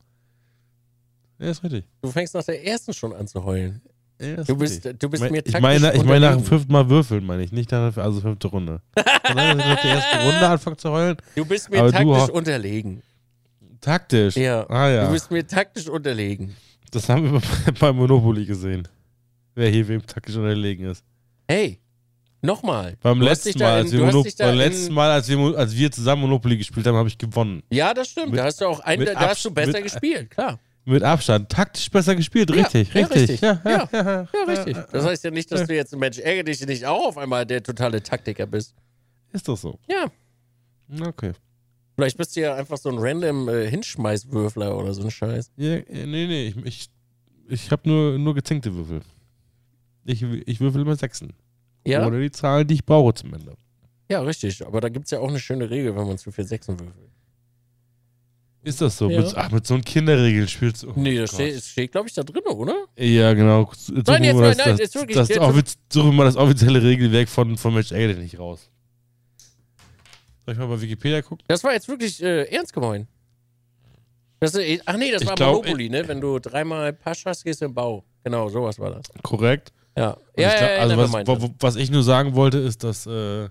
[SPEAKER 4] Ja, ist richtig.
[SPEAKER 3] Du fängst nach der ersten schon an zu heulen.
[SPEAKER 4] Ja, ist
[SPEAKER 3] Du bist,
[SPEAKER 4] richtig.
[SPEAKER 3] du bist
[SPEAKER 4] Ich mein-
[SPEAKER 3] mir
[SPEAKER 4] ich
[SPEAKER 3] taktisch
[SPEAKER 4] meine, ich meine nach dem
[SPEAKER 3] unterlegen.
[SPEAKER 4] fünften Mal würfeln, meine ich, nicht nach der, also
[SPEAKER 3] [LAUGHS]
[SPEAKER 4] fünfte Runde. Sondern dass ich nach der ersten Runde anfange zu heulen.
[SPEAKER 3] Du bist mir
[SPEAKER 4] Aber du
[SPEAKER 3] taktisch
[SPEAKER 4] hau-
[SPEAKER 3] unterlegen.
[SPEAKER 4] Taktisch.
[SPEAKER 3] Ja.
[SPEAKER 4] Ah
[SPEAKER 3] Du
[SPEAKER 4] ja.
[SPEAKER 3] bist mir taktisch unterlegen.
[SPEAKER 4] Das haben wir [LAUGHS] bei- bei Monopoly gesehen. Wer hier wem taktisch unterlegen ist.
[SPEAKER 3] Hey, nochmal.
[SPEAKER 4] Beim
[SPEAKER 3] Du hast dich
[SPEAKER 4] letzten
[SPEAKER 3] da
[SPEAKER 4] Mal,
[SPEAKER 3] in-
[SPEAKER 4] als wir,
[SPEAKER 3] du hast
[SPEAKER 4] Mono
[SPEAKER 3] dich da
[SPEAKER 4] beim
[SPEAKER 3] in-
[SPEAKER 4] letzten Mal als, wir, als wir zusammen Monopoly gespielt haben, habe ich gewonnen.
[SPEAKER 3] Ja, das stimmt.
[SPEAKER 4] Mit
[SPEAKER 3] da hast du auch ein,
[SPEAKER 4] mit
[SPEAKER 3] da hast du
[SPEAKER 4] Abs-
[SPEAKER 3] besser
[SPEAKER 4] mit-
[SPEAKER 3] gespielt, klar.
[SPEAKER 4] Mit Abstand. Taktisch besser gespielt.
[SPEAKER 3] Ja,
[SPEAKER 4] Richtig,
[SPEAKER 3] ja, richtig.
[SPEAKER 4] richtig. Ja, ja, ja,
[SPEAKER 3] Ja, richtig. Das heißt ja nicht, dass du jetzt ein Mensch ärgere dich nicht auch auf einmal der totale Taktiker bist.
[SPEAKER 4] Ist doch so.
[SPEAKER 3] Ja.
[SPEAKER 4] Okay.
[SPEAKER 3] Vielleicht bist du ja einfach so ein random äh, Hinschmeißwürfler oder so ein Scheiß.
[SPEAKER 4] Ja, ja, nee, nee, ich, ich, ich habe nur, nur gezinkte Würfel. Ich, ich würfel immer Sechsen.
[SPEAKER 3] Ja,
[SPEAKER 4] Oder die Zahlen, die ich brauche zum Ende.
[SPEAKER 3] ja richtig. Aber da gibt es ja auch eine schöne Regel, wenn man zu viel Sechsen würfelt.
[SPEAKER 4] Ist das so?
[SPEAKER 3] Ja.
[SPEAKER 4] Mit, ach, mit so einem Kinderregel spielst du. oh
[SPEAKER 3] nee, das
[SPEAKER 4] Gott.
[SPEAKER 3] steht, steht glaube ich, da drin, oder?
[SPEAKER 4] Ja, genau. Suchen
[SPEAKER 3] Nein,
[SPEAKER 4] wir
[SPEAKER 3] jetzt
[SPEAKER 4] mal
[SPEAKER 3] mal,
[SPEAKER 4] das,
[SPEAKER 3] nein,
[SPEAKER 4] das,
[SPEAKER 3] jetzt wirklich,
[SPEAKER 4] das
[SPEAKER 3] jetzt-
[SPEAKER 4] offiz- suchen wir mal das offizielle Regelwerk von, von Match Agent nicht raus. Soll ich mal bei Wikipedia gucken?
[SPEAKER 3] Das war jetzt wirklich äh, ernst gemeint. Das, ist- ach nee, das
[SPEAKER 4] Ich
[SPEAKER 3] war
[SPEAKER 4] glaub,
[SPEAKER 3] Monopoly, ne? Wenn du dreimal Paschas gehst im Bau. Genau, sowas war das.
[SPEAKER 4] Korrekt.
[SPEAKER 3] Ja,
[SPEAKER 4] Und
[SPEAKER 3] ja,
[SPEAKER 4] ich glaub,
[SPEAKER 3] ja, ja,
[SPEAKER 4] also was,
[SPEAKER 3] nevermind.
[SPEAKER 4] wo- wo- was ich nur sagen wollte, ist, dass äh,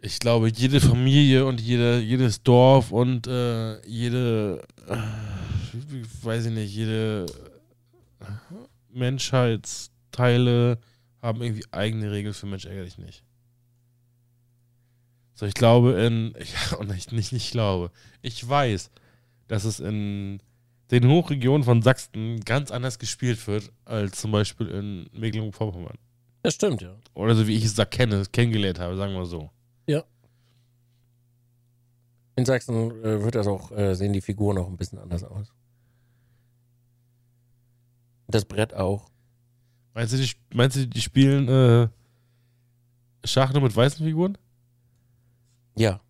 [SPEAKER 4] ich glaube, jede Familie und jede, jedes Dorf und äh, jede, äh, weiß ich nicht, jede äh, Menschheitsteile haben irgendwie eigene Regeln für Mensch ärgerlich nicht. So, ich glaube in, [LAUGHS] ja, und ich nicht, nicht glaube, ich weiß, dass es in den Hochregionen von Sachsen ganz anders gespielt wird als zum Beispiel in Mecklenburg-Vorpommern.
[SPEAKER 3] Das stimmt, ja.
[SPEAKER 4] Oder so wie ich es da kenne, kennengelernt habe, sagen wir so.
[SPEAKER 3] In Sachsen äh, wird das auch, äh, sehen die Figuren auch ein bisschen anders aus. Das Brett auch.
[SPEAKER 4] Meinst du, die, meinst du, die spielen äh, Schach nur mit weißen Figuren? [LAUGHS]
[SPEAKER 3] Ja.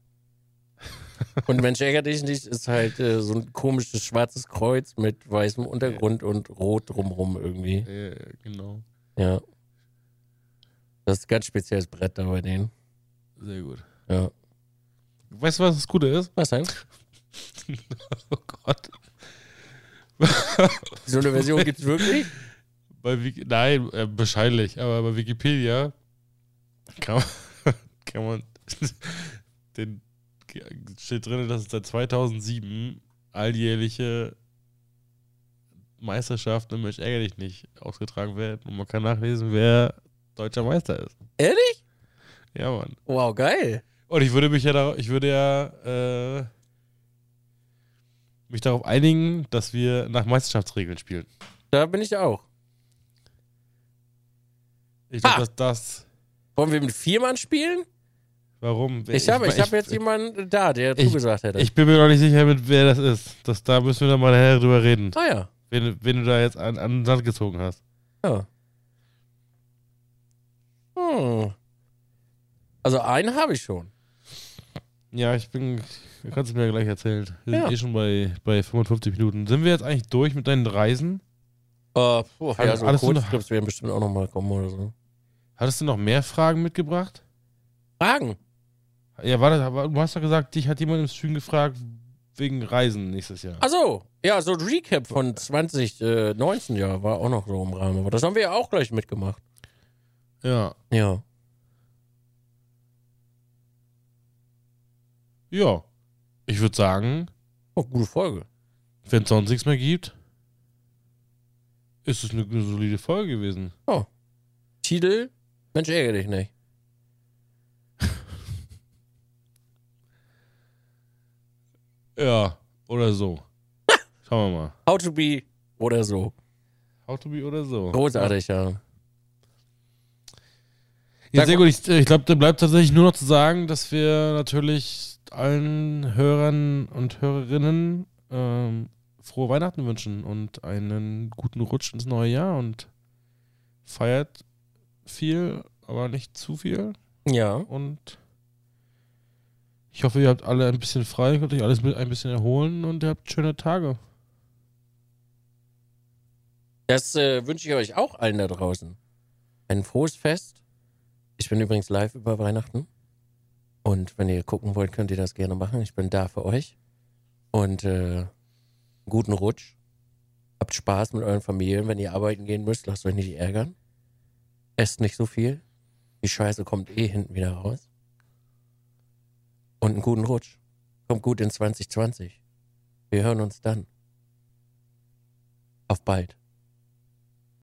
[SPEAKER 3] Und Mensch ärgere dich nicht ist halt äh, so ein komisches schwarzes Kreuz mit weißem Untergrund und rot drumrum irgendwie.
[SPEAKER 4] Ja, genau.
[SPEAKER 3] Ja. Das ist ein ganz spezielles Brett da bei denen.
[SPEAKER 4] Sehr gut.
[SPEAKER 3] Ja.
[SPEAKER 4] Weißt du, was das Gute ist?
[SPEAKER 3] Was denn?
[SPEAKER 4] Oh Gott.
[SPEAKER 3] So eine Version gibt's wirklich?
[SPEAKER 4] Bei Wiki Nein, äh, wahrscheinlich, aber bei Wikipedia kann man, [LAUGHS] kann man den, steht drin, dass es seit 2007 alljährliche Meisterschaften im Mensch ärgerlich nicht ausgetragen werden und man kann nachlesen, wer deutscher Meister ist.
[SPEAKER 3] Ehrlich?
[SPEAKER 4] Ja, Mann.
[SPEAKER 3] Wow, geil.
[SPEAKER 4] Und ich würde mich ja darauf, ich würde ja äh, mich darauf einigen, dass wir nach Meisterschaftsregeln spielen.
[SPEAKER 3] Da bin ich auch.
[SPEAKER 4] Ich
[SPEAKER 3] Ha!
[SPEAKER 4] glaube, dass das
[SPEAKER 3] Wollen wir mit vier Mann spielen?
[SPEAKER 4] Warum?
[SPEAKER 3] Ich habe ich hab jetzt jemanden da, der
[SPEAKER 4] ich-
[SPEAKER 3] zugesagt hätte.
[SPEAKER 4] Ich bin mir noch nicht sicher, mit wer das ist. Das, da müssen wir dann mal nachher drüber reden.
[SPEAKER 3] ah ja.
[SPEAKER 4] Wen, wen du da jetzt an, an den Sand gezogen hast.
[SPEAKER 3] Ja. Hm. Also einen habe ich schon.
[SPEAKER 4] Ja, ich bin. Du kannst es mir ja gleich erzählen. Wir
[SPEAKER 3] Ja.
[SPEAKER 4] sind eh schon bei, bei 55 Minuten. Sind wir jetzt eigentlich durch mit deinen Reisen?
[SPEAKER 3] Äh, boah, ja,
[SPEAKER 4] Alles-
[SPEAKER 3] so
[SPEAKER 4] alles
[SPEAKER 3] Kurztrips werden bestimmt auch nochmal kommen oder so.
[SPEAKER 4] Hattest du noch mehr Fragen mitgebracht?
[SPEAKER 3] Fragen?
[SPEAKER 4] Ja, warte, aber du hast doch gesagt, dich hat jemand im Stream gefragt, wegen Reisen nächstes Jahr.
[SPEAKER 3] Ach so, ja, so ein Recap von 2019, ja, war auch noch so im Rahmen. Aber das haben wir ja auch gleich mitgemacht.
[SPEAKER 4] Ja.
[SPEAKER 3] Ja.
[SPEAKER 4] Ja. Ich würde sagen,
[SPEAKER 3] Oh, gute Folge.
[SPEAKER 4] wenn es sonst nichts mehr gibt, ist es eine, eine solide Folge gewesen.
[SPEAKER 3] Titel, Mensch, ärgere dich nicht.
[SPEAKER 4] Ja. Oder so. Schauen wir mal.
[SPEAKER 3] How to be oder so.
[SPEAKER 4] How to be oder so.
[SPEAKER 3] Oh, Großartig, ja.
[SPEAKER 4] Ja,
[SPEAKER 3] Sag
[SPEAKER 4] sehr
[SPEAKER 3] mal-
[SPEAKER 4] gut. Ich, ich glaube, da bleibt tatsächlich nur noch zu sagen, dass wir natürlich allen Hörern und Hörerinnen ähm, frohe Weihnachten wünschen und einen guten Rutsch ins neue Jahr und feiert viel, aber nicht zu viel.
[SPEAKER 3] Ja.
[SPEAKER 4] Und ich hoffe, ihr habt alle ein bisschen frei, könnt euch alles mit ein bisschen erholen und ihr habt schöne Tage.
[SPEAKER 3] Das äh, wünsche ich euch auch allen da draußen. Ein frohes Fest. Ich bin übrigens live über Weihnachten. Und wenn ihr gucken wollt, könnt ihr das gerne machen. Ich bin da für euch. Und äh, guten Rutsch. Habt Spaß mit euren Familien. Wenn ihr arbeiten gehen müsst, lasst euch nicht ärgern. Esst nicht so viel. Die Scheiße kommt eh hinten wieder raus. Und einen guten Rutsch. Kommt gut in 2020. Wir hören uns dann. Auf bald.